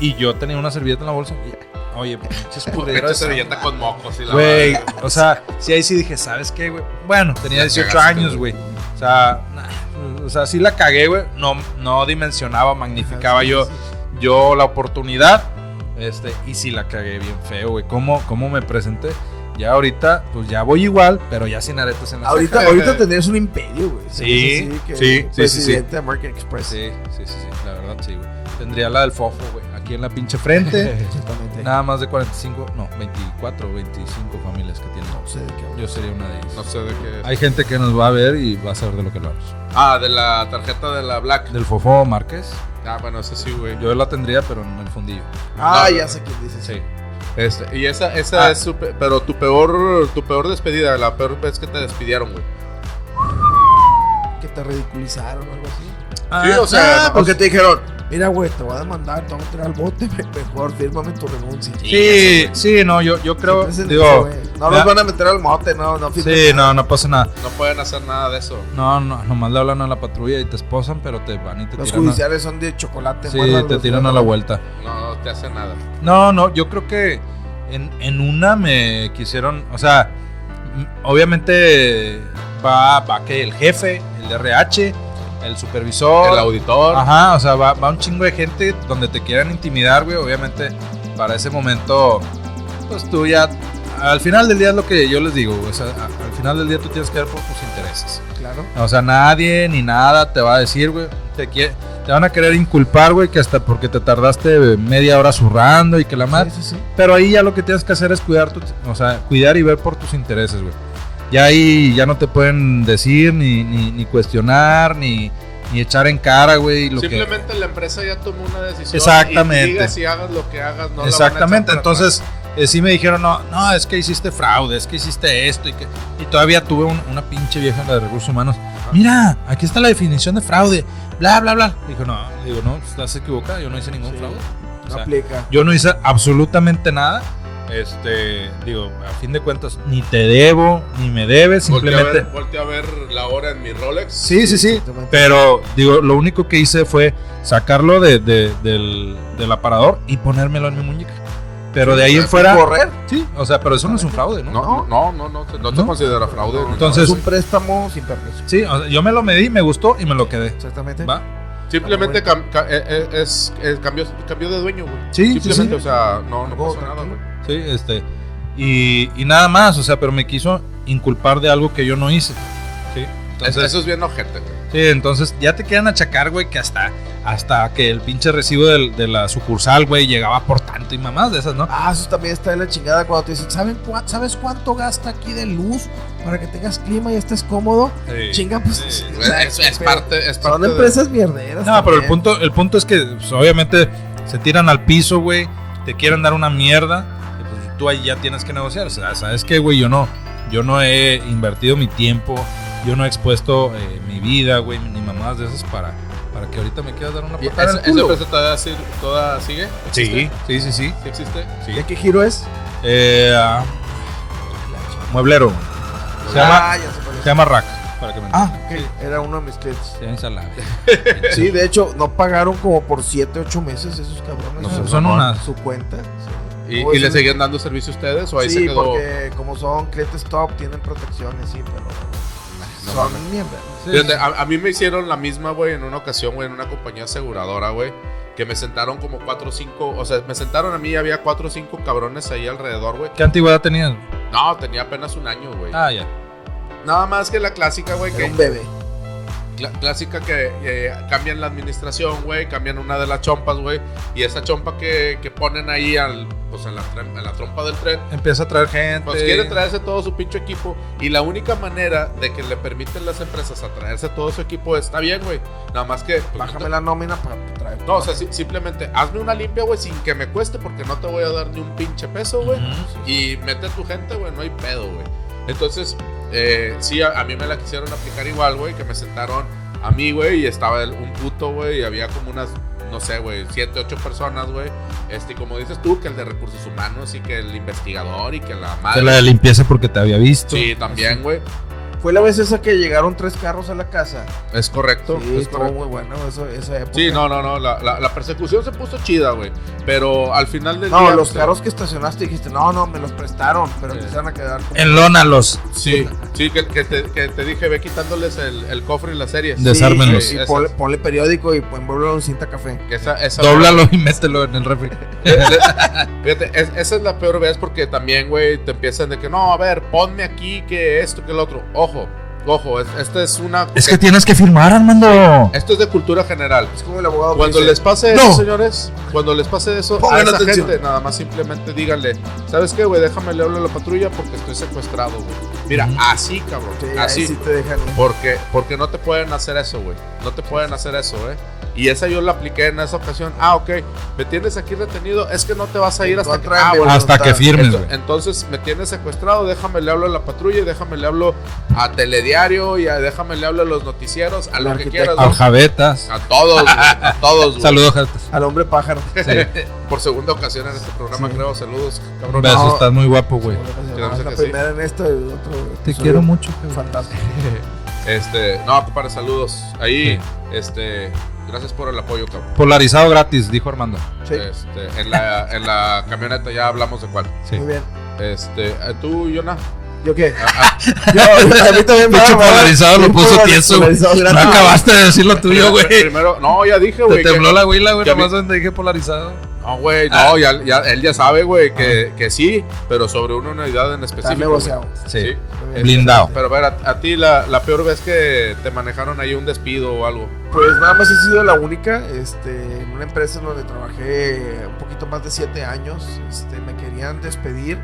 Speaker 3: Y yo tenía una servilleta en la bolsa. y, Oye, pinches
Speaker 1: Porque
Speaker 3: culeros.
Speaker 1: esa servilleta con mocos y la
Speaker 3: Güey,
Speaker 1: madre.
Speaker 3: o sea, sí, ahí sí dije, ¿sabes qué, güey? Bueno, tenía
Speaker 1: La
Speaker 3: 18
Speaker 1: cagaste,
Speaker 3: años, güey. O sea, nah, o sea, sí la cagué, güey. No, no dimensionaba, magnificaba
Speaker 2: Sí,
Speaker 3: yo,
Speaker 2: sí,
Speaker 3: yo la oportunidad. Este, y sí la cagué bien feo, güey. ¿Cómo, ¿Cómo me presenté? Ya ahorita, pues ya voy igual, pero ya sin aretes en la
Speaker 2: Ahorita,
Speaker 1: Ajá.
Speaker 2: ahorita tendrías un imperio, güey.
Speaker 3: Sí,
Speaker 2: Eso que
Speaker 3: sí, sí, sí, sí.
Speaker 2: Presidente de American Express.
Speaker 3: Sí, sí, sí, sí, la verdad, sí, güey. Tendría la del fofo, güey. Aquí en la pinche frente.
Speaker 2: Exactamente.
Speaker 3: Nada más de 45, no, 24 25 familias que tienen.
Speaker 2: No sé de qué hablas.
Speaker 3: Yo sería una de ellas.
Speaker 1: No sé de qué es.
Speaker 3: Hay gente que nos va a ver y va a saber de lo que hablamos.
Speaker 1: Ah, de la tarjeta de la Black.
Speaker 3: Del Fofo Márquez.
Speaker 1: Ah, bueno, esa sí, güey.
Speaker 3: Yo la tendría, pero en el fundillo.
Speaker 2: Ah,
Speaker 1: No,
Speaker 2: ya
Speaker 1: no,
Speaker 2: sé quién dices.
Speaker 3: Sí.
Speaker 1: Este, y esa, esa
Speaker 3: Ah.
Speaker 1: es su pe- pero tu peor, tu peor despedida, la peor vez que te despidieron, güey.
Speaker 2: Que te ridiculizaron o algo así.
Speaker 1: Sí, o sea,
Speaker 3: pues,
Speaker 2: Ah, porque te dijeron, mira, güey, te voy a demandar, te voy a tirar al bote, güey, mejor fírmame tu renuncia.
Speaker 3: sí, sí, no, yo, yo creo,
Speaker 2: Siempre es el mismo,
Speaker 3: digo,
Speaker 2: güey. no
Speaker 3: la-
Speaker 2: nos van a meter al mote, no, no firmes
Speaker 3: sí, no, no pasa nada.
Speaker 1: No pueden hacer nada de eso.
Speaker 3: No, no, nomás le hablan a la patrulla y te esposan, pero te van y te
Speaker 2: Los
Speaker 3: tiran. a-
Speaker 2: judiciales son de chocolate.
Speaker 3: sí,
Speaker 2: guárdalos,
Speaker 3: te tiran a la
Speaker 2: guárdalos.
Speaker 3: vuelta.
Speaker 1: No, no te hacen nada.
Speaker 3: No, no, yo creo que en, en una me quisieron, o sea, m- obviamente va, va que el jefe, el RH, el supervisor,
Speaker 1: El auditor.
Speaker 3: Ajá, o sea, va, va un chingo de gente donde te quieran intimidar, güey. Obviamente, para ese momento, pues tú ya. Al final del día es lo que yo les digo, güey, o sea, a- al final del día tú tienes que ver por tus intereses.
Speaker 2: Claro.
Speaker 3: O sea, nadie ni nada te va a decir, güey. Te, quie- te van a querer inculpar, güey, que hasta porque te tardaste media hora zurrando y que la madre.
Speaker 2: Sí, sí, sí.
Speaker 3: Pero ahí ya lo que tienes que hacer es cuidar, tu, o sea, cuidar y ver por tus intereses, güey. Ya ahí ya no te pueden decir, ni, ni, ni cuestionar, ni, ni echar en cara, güey. lo que-
Speaker 1: Simplemente la empresa ya tomó una decisión.
Speaker 3: Exactamente.
Speaker 1: Y digas y hagas lo que hagas, no la van a echar
Speaker 3: Exactamente,
Speaker 1: para atrás.
Speaker 3: entonces eh, sí me dijeron, no, no, es que hiciste fraude, es que hiciste esto y que... Y todavía tuve un- una pinche vieja de recursos humanos. Mira, aquí está la definición de fraude, bla, bla, bla. Dijo, no, digo, no, pues, estás equivocada, yo no hice ningún
Speaker 2: Sí.
Speaker 3: fraude. O
Speaker 2: No
Speaker 3: sea,
Speaker 2: aplica.
Speaker 3: yo no hice absolutamente nada. Este, digo, a fin de cuentas, ni te debo, ni me debes,
Speaker 1: Volteo a, ver,
Speaker 3: simplemente.
Speaker 1: volteo a ver la hora en mi Rolex.
Speaker 3: Sí, sí, sí.
Speaker 2: Exactamente.
Speaker 3: Pero, digo, lo único que hice fue sacarlo de, de- del, del aparador y ponérmelo en mi muñeca. Pero de ahí en fuera.
Speaker 2: Correr.
Speaker 3: Sí, o sea, pero eso no es un fraude, ¿no?
Speaker 1: No, no, no, no, te- no, te
Speaker 3: ¿No?
Speaker 1: considera fraude. ni
Speaker 3: Entonces-
Speaker 2: es un préstamo sin permiso.
Speaker 3: Sí, o sea, yo me lo medí, me gustó y me lo quedé.
Speaker 2: Exactamente.
Speaker 3: ¿Va?
Speaker 1: nada. simplemente cam- ca- eh, eh, es, es- cambió, cambió de dueño, güey.
Speaker 3: Sí, sí,
Speaker 1: Simplemente, o
Speaker 3: sí.
Speaker 1: sea, no, no
Speaker 2: Algo
Speaker 1: pasó nada,
Speaker 2: tranquilo.
Speaker 1: güey.
Speaker 3: Sí, este. Y, y nada más, o sea, pero me quiso inculpar de algo que yo no hice. Sí. Entonces,
Speaker 1: Eso es bien ojete, güey.
Speaker 3: Sí, entonces ya te quieren achacar, güey, que hasta, hasta que el pinche recibo del- de la sucursal, güey, llegaba por tanto y mamás de esas, ¿no?
Speaker 2: Ah, eso también está de la chingada cuando te dicen, ¿saben cua- ¿sabes cuánto gasta aquí de luz para que tengas clima y estés cómodo? Chinga, pues.
Speaker 3: sí.
Speaker 2: o sea,
Speaker 1: Es, es parte, es parte
Speaker 2: Son
Speaker 1: de-
Speaker 2: empresas mierderas.
Speaker 3: No, pero el
Speaker 2: Pues también.
Speaker 3: punto, el punto es que pues, obviamente se tiran al piso, güey, te quieren dar una mierda, y pues tú ahí ya tienes que negociar. O sea, ¿sabes qué, güey? Yo no, yo no he invertido mi tiempo, yo no he expuesto eh, mi vida, güey, ni mamás de esas para, para que ahorita me quieras dar una
Speaker 1: Y
Speaker 3: patada.
Speaker 1: ¿Esa,
Speaker 3: en el
Speaker 1: esa
Speaker 3: culo.
Speaker 1: empresa todavía, sigue- toda sigue?
Speaker 3: Sí, sí, sí, sí.
Speaker 1: ¿Sí existe?
Speaker 3: sí.
Speaker 2: ¿De qué giro es?
Speaker 3: Eh, ah, mueblero. Se llama,
Speaker 2: ah, ya sé cuál es.
Speaker 3: se llama Rack. Para que me
Speaker 2: Ah, ok. Era uno de mis clientes.
Speaker 3: entiendan. Se llama Salada.
Speaker 2: Sí, de hecho, no pagaron como por 7, 8 meses esos cabrones.
Speaker 3: No,
Speaker 2: su-
Speaker 3: son unas.
Speaker 2: Su cuenta. sí.
Speaker 1: ¿Y,
Speaker 2: Luego
Speaker 1: y le
Speaker 2: dicen-
Speaker 1: seguían dando servicio a ustedes o ahí se
Speaker 2: Sí,
Speaker 1: quedó?
Speaker 2: porque como son clientes top, tienen protecciones, sí, pero.
Speaker 1: no mames.
Speaker 2: son mierda.
Speaker 1: Fíjate, a, a mí me hicieron la misma, güey, en una ocasión, güey, en una compañía aseguradora, güey, que me sentaron como cuatro o cinco, o sea, me sentaron a mí y había cuatro o cinco cabrones ahí alrededor, güey.
Speaker 3: ¿Qué antigüedad tenías?
Speaker 1: No, tenía apenas un año, güey.
Speaker 3: Ah, ya.
Speaker 1: Nada más que la clásica, güey,
Speaker 2: Era
Speaker 1: que
Speaker 2: un bebé.
Speaker 1: Cla- clásica que eh, cambian la administración, güey, cambian una de las chompas, güey, y esa chompa que, que ponen ahí al, pues, en, la, tren- en la trompa del tren,
Speaker 3: Empieza a traer gente.
Speaker 1: pues quiere traerse todo su pinche equipo y la única manera de que le permiten las empresas a traerse todo su equipo está bien, güey, nada más que... pues, no,
Speaker 2: Bájame
Speaker 1: te-
Speaker 2: la nómina para traer.
Speaker 1: no, o sea, si- simplemente hazme una limpia, güey, sin que me cueste porque no te voy a dar ni un pinche peso, güey.
Speaker 3: Ujú.
Speaker 1: Y mete a tu gente, güey, no hay pedo, güey. Entonces, Eh, sí, a, a mí me la quisieron aplicar igual, güey, que me sentaron a mí, güey, y estaba el- un puto, güey, y había como unas, no sé, güey, siete, ocho personas, güey. Este, y como dices tú, que el de recursos humanos y que el investigador y que la
Speaker 3: Te
Speaker 1: madre.
Speaker 3: la limpieza porque te había visto.
Speaker 1: Sí, también, güey.
Speaker 2: Fue la vez esa que llegaron tres carros a la casa.
Speaker 1: Es correcto.
Speaker 2: Sí,
Speaker 1: es
Speaker 2: estuvo
Speaker 1: correcto.
Speaker 2: muy bueno eso, esa época.
Speaker 1: Sí, no, no, no. La, la- la persecución se puso chida, güey. Pero al final del
Speaker 2: No,
Speaker 1: día.
Speaker 2: los
Speaker 1: pues,
Speaker 2: carros que estacionaste dijiste, no, no, me los prestaron, pero
Speaker 1: Sí.
Speaker 2: empezaron a quedar. como-
Speaker 3: Enlónalos.
Speaker 1: Sí, sí, que, que te, que te dije, ve quitándoles el, el cofre y las series.
Speaker 3: De- desármenlos.
Speaker 2: Sí, y
Speaker 1: Esas.
Speaker 2: ponle, ponle periódico y envuélvelo en cinta café.
Speaker 1: Que esa, esa
Speaker 3: Dóblalo y mételo en el refri.
Speaker 1: Fíjate, es- esa es la peor vez porque también, güey, te empiezan de que no, a ver, ponme aquí, que esto, que el otro. Ojo, ojo, es- esta es una.
Speaker 3: Es que tienes que firmar, Armando.
Speaker 1: Esto es de cultura general.
Speaker 2: Es como el abogado. que
Speaker 1: Cuando
Speaker 2: dice,
Speaker 1: les pase
Speaker 3: "No".
Speaker 1: eso, señores, cuando les pase eso,
Speaker 2: Pongan
Speaker 1: a esa
Speaker 2: atención.
Speaker 1: gente, nada más simplemente díganle, ¿sabes qué, güey? Déjame le hablo a la patrulla porque estoy secuestrado, güey. Mira,
Speaker 3: Ujú.
Speaker 1: así, cabrón.
Speaker 2: Sí, ahí
Speaker 1: así.
Speaker 2: Ah, sí te dejan. ir.
Speaker 1: Porque, porque no te pueden hacer eso, güey. No te pueden hacer eso, eh. Y esa yo la apliqué en esa ocasión. Ah, ok. Me tienes aquí retenido. Es que no te vas a ir hasta que.
Speaker 2: Encuentra
Speaker 1: Ah,
Speaker 2: mi
Speaker 1: bueno,
Speaker 3: Hasta
Speaker 2: voluntad.
Speaker 3: que firmes,
Speaker 1: ento-
Speaker 3: güey.
Speaker 1: entonces me tienes secuestrado. Déjame le hablo a la patrulla. Déjame le hablo a Telediario. Y a- déjame le hablo a los noticieros. A
Speaker 2: Al
Speaker 1: lo que
Speaker 2: arquitecto.
Speaker 1: quieras,
Speaker 3: Al
Speaker 1: güey.
Speaker 3: Javetas.
Speaker 1: A todos, güey, A todos, güey.
Speaker 3: Saludos, Javetas.
Speaker 2: Al hombre pájaro.
Speaker 3: Sí.
Speaker 1: Por segunda ocasión en este programa,
Speaker 2: Sí.
Speaker 1: creo. Saludos,
Speaker 3: Un
Speaker 1: cabrón.
Speaker 3: beso,
Speaker 2: No.
Speaker 3: estás muy guapo, güey.
Speaker 1: Claro
Speaker 2: pues, Es
Speaker 1: que
Speaker 2: la
Speaker 1: sí.
Speaker 2: primera en esto y otro.
Speaker 3: Te
Speaker 2: soy
Speaker 3: quiero
Speaker 2: un
Speaker 3: mucho, cabrón.
Speaker 2: Fantasma.
Speaker 1: Este, no, compadre, saludos. Ahí,
Speaker 3: Sí.
Speaker 1: este, gracias por el apoyo, cabrón.
Speaker 3: Polarizado gratis, dijo Armando.
Speaker 2: Sí,
Speaker 1: Este, en, la, en la camioneta ya hablamos de cuál.
Speaker 3: Sí.
Speaker 2: muy bien.
Speaker 1: Este, eh, tú, Jonah.
Speaker 2: ¿Yo qué?
Speaker 1: Ah, ah,
Speaker 2: Yo, a mí también me
Speaker 3: Pinche
Speaker 2: va a-
Speaker 3: polarizado lo puso
Speaker 2: Polarizado,
Speaker 3: tieso. güey.
Speaker 2: polarizado,
Speaker 3: No
Speaker 2: gratis.
Speaker 3: acabaste de decir lo tuyo, güey. Te
Speaker 1: Primero, no, ya dije, güey. que-
Speaker 3: tembló la Ah. huila, güey.
Speaker 1: que a mí-
Speaker 3: Nomás donde dije polarizado.
Speaker 1: No, güey, no, ya, ya- él ya sabe, güey,
Speaker 3: Ah.
Speaker 1: que, que sí, pero sobre una unidad en
Speaker 2: Está
Speaker 3: Pues
Speaker 1: específico.
Speaker 2: negociado.
Speaker 1: güey. Sí.
Speaker 2: Muy bien.
Speaker 3: Blindado.
Speaker 1: Este, Pero a ver, a, a ti la, la peor vez que te manejaron ahí un despido o algo.
Speaker 2: Pues nada más he sido la única, este, en una empresa en donde trabajé un poquito más de 7 años, este, me querían despedir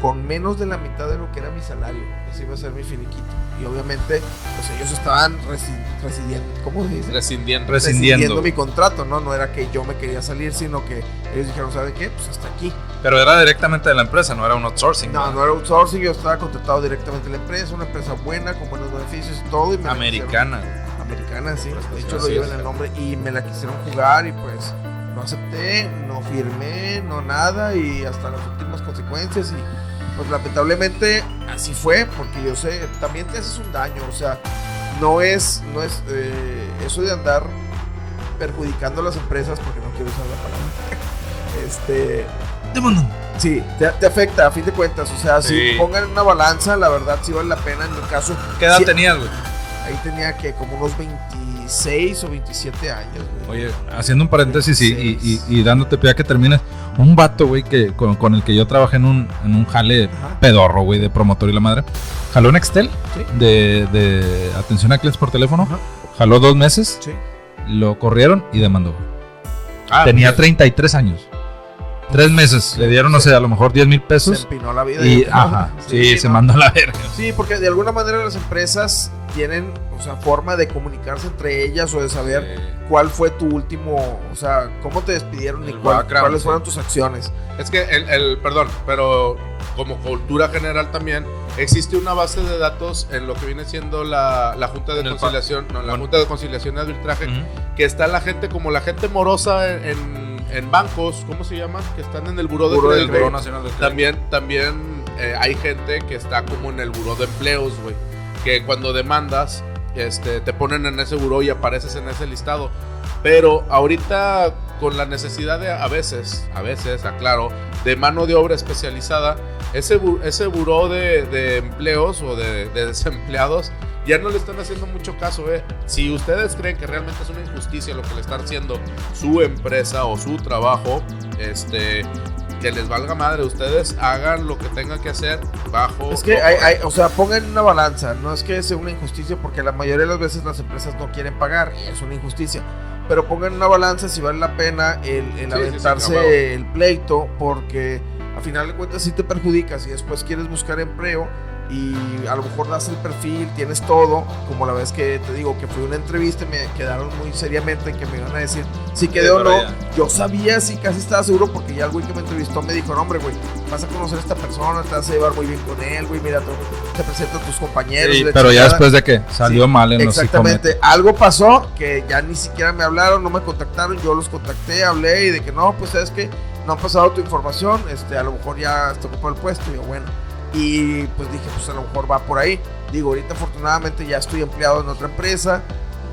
Speaker 2: con menos de la mitad de lo que era mi salario, ese iba a ser mi finiquito. Y obviamente, pues ellos estaban resi- residiendo, ¿cómo se dice?
Speaker 1: Rescindiendo.
Speaker 3: Res-
Speaker 2: Residiendo
Speaker 3: Rescindiendo.
Speaker 2: mi contrato, ¿no? No era que yo me quería salir, sino que ellos dijeron, ¿sabe qué? Pues hasta aquí.
Speaker 3: Pero era directamente de la empresa, no era un outsourcing.
Speaker 2: No,
Speaker 3: güey.
Speaker 2: no era outsourcing, yo estaba contratado directamente a la empresa, una empresa buena, con buenos beneficios y todo. Y me la
Speaker 3: Americana. güey.
Speaker 2: quisieron- Americana, sí. De hecho, lo
Speaker 1: Así
Speaker 2: llevan
Speaker 1: es.
Speaker 2: el nombre y me la quisieron jugar y pues no acepté, no firmé, no nada y hasta las últimas consecuencias y pues lamentablemente así fue porque yo sé, también te haces un daño, o sea, no es, no es eh, eso de andar perjudicando a las empresas porque no quiero usar la palabra. Este, Sí, te, te afecta a fin de cuentas. O sea,
Speaker 1: Sí.
Speaker 2: si pongan en una balanza, la verdad sí vale la pena. En mi caso,
Speaker 3: ¿Qué edad
Speaker 2: Sí.
Speaker 3: tenías, güey?
Speaker 2: ahí tenía que como unos 26 o 27 años. güey.
Speaker 3: Oye, haciendo un paréntesis y, y- y-
Speaker 2: 26.
Speaker 3: y dándote pie a que termines, un vato, güey, que, con, con el que yo trabajé en un, en un jale
Speaker 2: Ajá.
Speaker 3: pedorro, güey, de promotor y la madre, jaló un Excel
Speaker 2: Sí.
Speaker 3: de, de atención a clientes por teléfono,
Speaker 2: Ajá.
Speaker 3: jaló dos meses,
Speaker 2: Sí.
Speaker 3: lo corrieron y demandó. güey.
Speaker 1: Ah,
Speaker 3: Tenía
Speaker 1: pues,
Speaker 3: 33 años. Tres meses, le dieron, no sé, a lo mejor 10 mil
Speaker 2: Se
Speaker 3: pesos.
Speaker 2: empinó la vida.
Speaker 3: Pues, Y,
Speaker 2: yo creo.
Speaker 3: ajá, sí, se
Speaker 2: no.
Speaker 3: mandó a la verga.
Speaker 2: Sí, porque de alguna manera las empresas tienen, o sea, forma de comunicarse entre ellas o de saber
Speaker 1: eh,
Speaker 2: cuál fue tu último, o sea, cómo te despidieron y
Speaker 1: El
Speaker 2: cuál-
Speaker 1: background,
Speaker 2: cuáles
Speaker 1: sí.
Speaker 2: fueron tus acciones.
Speaker 1: Es que el, el- perdón, pero como cultura general también, existe una base de datos en lo que viene siendo la, la Junta de
Speaker 3: En el pa-
Speaker 1: Conciliación, no, la
Speaker 3: Bueno.
Speaker 1: Junta de Conciliación y Arbitraje, que está la gente como la gente morosa en, en- en bancos, ¿cómo se llaman? Que están en el buró de
Speaker 2: Buró del
Speaker 1: crédito.
Speaker 2: Buró
Speaker 3: Nacional de
Speaker 1: También, también eh, hay gente que está como en el buró de empleos, güey. Que cuando demandas, este, te ponen en ese buró y apareces en ese listado. Pero ahorita, con la necesidad de, a veces, a veces, aclaro, de mano de obra especializada, ese, bu- ese buró de, de empleos o de, de desempleados ya no le están haciendo mucho caso. Eh. Si ustedes creen que realmente es una injusticia lo que le están haciendo su empresa o su trabajo, este, que les valga madre, ustedes hagan lo que tengan que hacer bajo.
Speaker 2: Es que
Speaker 1: lo-
Speaker 2: hay, hay- o sea, pongan en una balanza, no es que sea una injusticia porque la mayoría de las veces las empresas no quieren pagar, y es una injusticia. Pero pongan en una balanza si vale la pena el, el
Speaker 1: sí,
Speaker 2: aventarse
Speaker 1: sí, a huevo.
Speaker 2: el pleito porque a final de cuentas sí te perjudicas y después quieres buscar empleo y a lo mejor das el perfil, tienes todo, como la vez que te digo que fue una entrevista y me quedaron muy seriamente en que me iban a decir si quedé
Speaker 3: Sí,
Speaker 2: o
Speaker 3: pero
Speaker 2: no.
Speaker 3: ya.
Speaker 2: Yo sabía, sí, casi estaba seguro porque ya el güey que me entrevistó me dijo, no, hombre, güey, vas a conocer a esta persona, te vas a llevar muy bien con él, güey, mira, te, te presento a tus compañeros.
Speaker 3: Sí,
Speaker 2: la
Speaker 3: pero ya
Speaker 2: chingada".
Speaker 3: después de que salió mal en los psicométricos.
Speaker 2: Exactamente, algo pasó que ya ni siquiera me hablaron, no me contactaron, yo los contacté, hablé y de que no, pues sabes que no han pasado tu información, este, a lo mejor ya está ocupado el puesto, y yo bueno. Y pues dije, pues a lo mejor va por ahí. Digo, ahorita afortunadamente ya estoy empleado en otra empresa,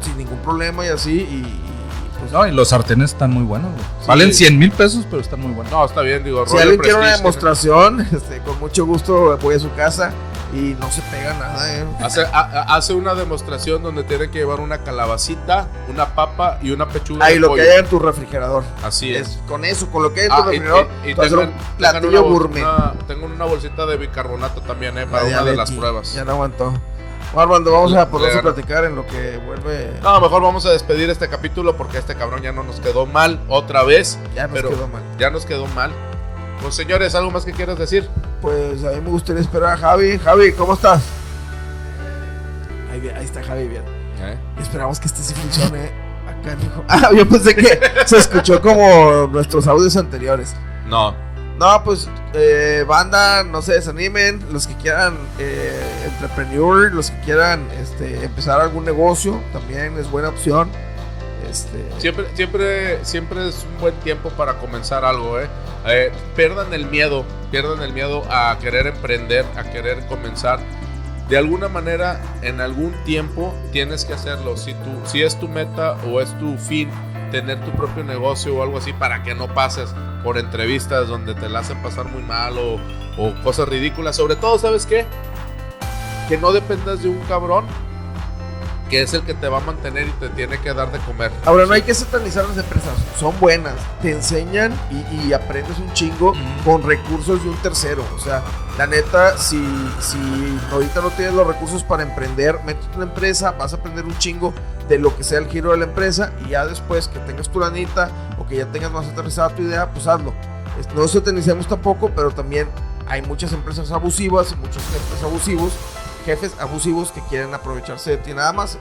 Speaker 2: sin ningún problema y así, y, y, pues
Speaker 3: No, y los sartenes están muy buenos, güey. Valen 100 mil pesos, pero están muy buenos.
Speaker 1: No, está bien, digo,
Speaker 2: Si
Speaker 1: rollo
Speaker 2: alguien quiere una
Speaker 1: prestige,
Speaker 2: demostración, este, con mucho gusto voy a su casa y no se pega nada, ¿eh?
Speaker 1: ¿no? Hace, a- a- hace una demostración donde tiene que llevar una calabacita, una papa y una pechuga
Speaker 2: Ahí
Speaker 1: de
Speaker 2: lo que
Speaker 1: pollo.
Speaker 2: haya en tu refrigerador.
Speaker 1: Así es.
Speaker 2: Es, con eso, con lo que hay en tu
Speaker 1: Ah, y-
Speaker 2: refrigerador,
Speaker 1: y- y
Speaker 2: tú hacer
Speaker 1: tengan-
Speaker 2: un
Speaker 1: tengan una
Speaker 2: platillo
Speaker 1: bol-
Speaker 2: gourmet.
Speaker 1: una- Tengo una bolsita de bicarbonato también, eh, para una
Speaker 2: La
Speaker 1: de
Speaker 2: diabetes,
Speaker 1: las pruebas.
Speaker 2: Ya no aguantó. Bueno, Armando, vamos a
Speaker 1: Le
Speaker 2: ponernos a
Speaker 1: ganó.
Speaker 2: platicar en lo que vuelve.
Speaker 1: No, mejor vamos a despedir este capítulo porque este cabrón ya no nos quedó mal otra vez.
Speaker 2: ya nos
Speaker 1: pero-
Speaker 2: quedó mal.
Speaker 1: Ya nos quedó mal. Pues señores, ¿algo más que quieras decir?
Speaker 2: Pues a mí me gustaría esperar a Javi. Javi, ¿cómo estás? Ahí, vi- ahí está Javi, bien. Esperamos que este sí funcione. Acá, dijo. Ah, yo pensé que se escuchó como nuestros audios anteriores.
Speaker 1: No.
Speaker 2: No, pues, eh, banda, no se desanimen. Los que quieran eh, entrepreneur, los que quieran este, empezar algún negocio, también es buena opción. Este,
Speaker 1: Siempre, siempre, siempre es un buen tiempo para comenzar algo, ¿eh? Eh, Pierdan el miedo, pierdan el miedo a querer emprender, a querer comenzar. De alguna manera, en algún tiempo, tienes que hacerlo. Si, tú, si es tu meta o es tu fin tener tu propio negocio o algo así para que no pases por entrevistas donde te la hacen pasar muy mal o, o cosas ridículas. Sobre todo, ¿sabes qué? Que no dependas de un cabrón que es el que te va a mantener y te tiene que dar de comer.
Speaker 2: Ahora, no hay que satanizar las empresas, son buenas, te enseñan y, y aprendes un chingo
Speaker 3: Ujú.
Speaker 2: con recursos de un tercero. O sea, la neta, si, si ahorita no tienes los recursos para emprender, métete una empresa, vas a aprender un chingo de lo que sea el giro de la empresa y ya después que tengas tu lanita o que ya tengas más aterrizada tu idea, pues hazlo. Es- No satanicemos tampoco, pero también hay muchas empresas abusivas y muchos jefes abusivos, jefes abusivos que quieren aprovecharse de ti nada más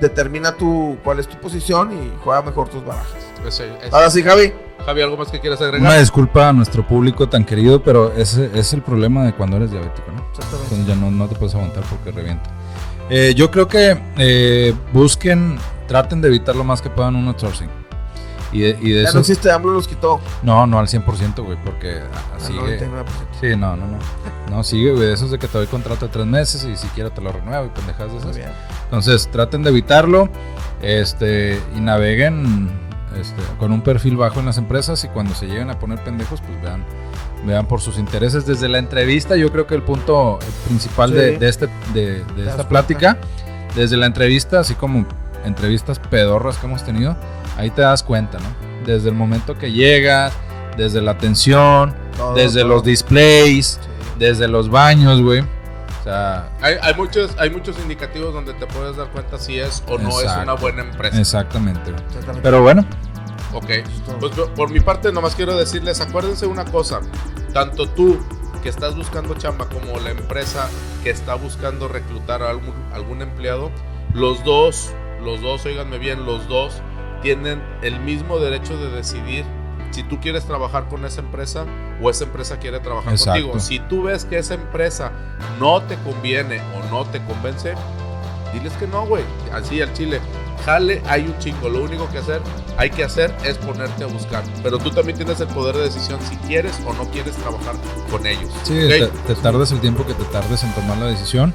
Speaker 2: determina tu cuál es tu posición y juega mejor tus barajas.
Speaker 1: Ese- ese-
Speaker 2: Ahora Ah, sí, Javi.
Speaker 1: Javi, ¿algo más que quieras
Speaker 3: Una
Speaker 1: agregar?
Speaker 3: disculpa a nuestro público tan querido, pero ese es el problema de cuando eres diabético, ¿no? Entonces ya no, no te puedes aguantar porque revienta. Eh, yo creo que eh, busquen, traten de evitar lo más que puedan un outsourcing. Y de, y de
Speaker 2: Ya
Speaker 3: eso.
Speaker 2: no existe, AMLO los quitó. Ah,
Speaker 3: No, no al 100%, güey, porque
Speaker 2: Al
Speaker 3: así.
Speaker 2: 99%.
Speaker 3: Sí, no, no, no. No, sigue, güey. Eso es de que te doy contrato de tres meses y siquiera te lo renuevo y pendejadas de
Speaker 2: Muy
Speaker 3: esas.
Speaker 2: bien.
Speaker 3: Entonces, traten de evitarlo. Este, y naveguen este, con un perfil bajo en las empresas. Y cuando se lleguen a poner pendejos, pues vean, vean por sus intereses. Desde la entrevista, yo creo que el punto principal
Speaker 2: Sí.
Speaker 3: de, de este, de, de
Speaker 2: das
Speaker 3: esta
Speaker 2: cuenta.
Speaker 3: plática, desde la entrevista, así como entrevistas pedorras que hemos tenido, ahí te das cuenta, ¿no? Desde el momento que llegas, desde la atención,
Speaker 2: Todo,
Speaker 3: desde
Speaker 2: todo.
Speaker 3: los displays,
Speaker 2: Sí.
Speaker 3: desde los baños, güey. O sea,
Speaker 1: Hay, hay muchos, hay muchos indicativos donde te puedes dar cuenta si es o no es
Speaker 3: Exacto.
Speaker 1: una buena empresa.
Speaker 3: exactamente, güey.
Speaker 2: Exactamente.
Speaker 3: Pero bueno,
Speaker 1: Ok.
Speaker 2: Eso es todo.
Speaker 1: Pues por- por mi parte, nomás quiero decirles, acuérdense una cosa. Tanto tú que estás buscando chamba como la empresa que está buscando reclutar a algún, algún empleado, los dos, los dos, oíganme bien, los dos tienen el mismo derecho de decidir si tú quieres trabajar con esa empresa o esa empresa quiere trabajar
Speaker 3: Exacto.
Speaker 1: contigo. Si tú ves que esa empresa no te conviene o no te convence, diles que no, güey. Así al chile. Jale, hay un chingo. Lo único que hacer, hay que hacer es ponerte a buscar. Pero tú también tienes el poder de decisión si quieres o no quieres trabajar con ellos.
Speaker 3: sí,
Speaker 1: ¿ok?
Speaker 3: te, te tardes el tiempo que te tardes en tomar la decisión.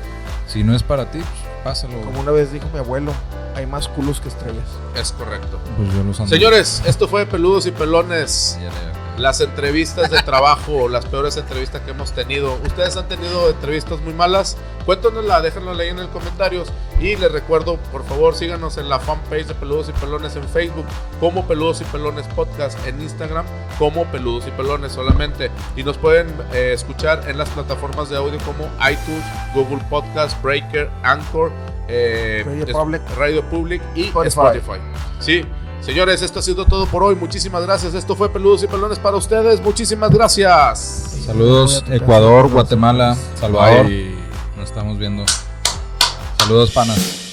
Speaker 3: Si no es para ti, pues, pásalo. güey.
Speaker 2: Como una vez dijo mi abuelo, hay más culos que estrellas.
Speaker 1: Es correcto.
Speaker 3: Pues yo los ando-
Speaker 1: Señores, esto fue Peludos y Pelones.
Speaker 3: Ya le-
Speaker 1: Las entrevistas de trabajo, las peores entrevistas que hemos tenido. Ustedes han tenido entrevistas muy malas. Cuéntanosla, déjenlo ahí en los comentarios. Y les recuerdo, por favor, síganos en la fanpage de Peludos y Pelones en Facebook, como Peludos y Pelones Podcast, en Instagram, como Peludos y Pelones solamente. Y nos pueden eh, escuchar en las plataformas de audio como iTunes, Google Podcast, Breaker, Anchor, eh,
Speaker 2: Radio
Speaker 1: es-
Speaker 2: Public.
Speaker 1: Radio Public y
Speaker 2: Spotify.
Speaker 1: Spotify. Sí. Señores, esto ha sido todo por hoy. Muchísimas gracias. Esto fue Peludos y Pelones para ustedes. Muchísimas gracias.
Speaker 3: Saludos,
Speaker 2: Voy a tocar.
Speaker 3: Ecuador, Guatemala, Salvador.
Speaker 1: Bye.
Speaker 3: Nos estamos viendo. Saludos, panas.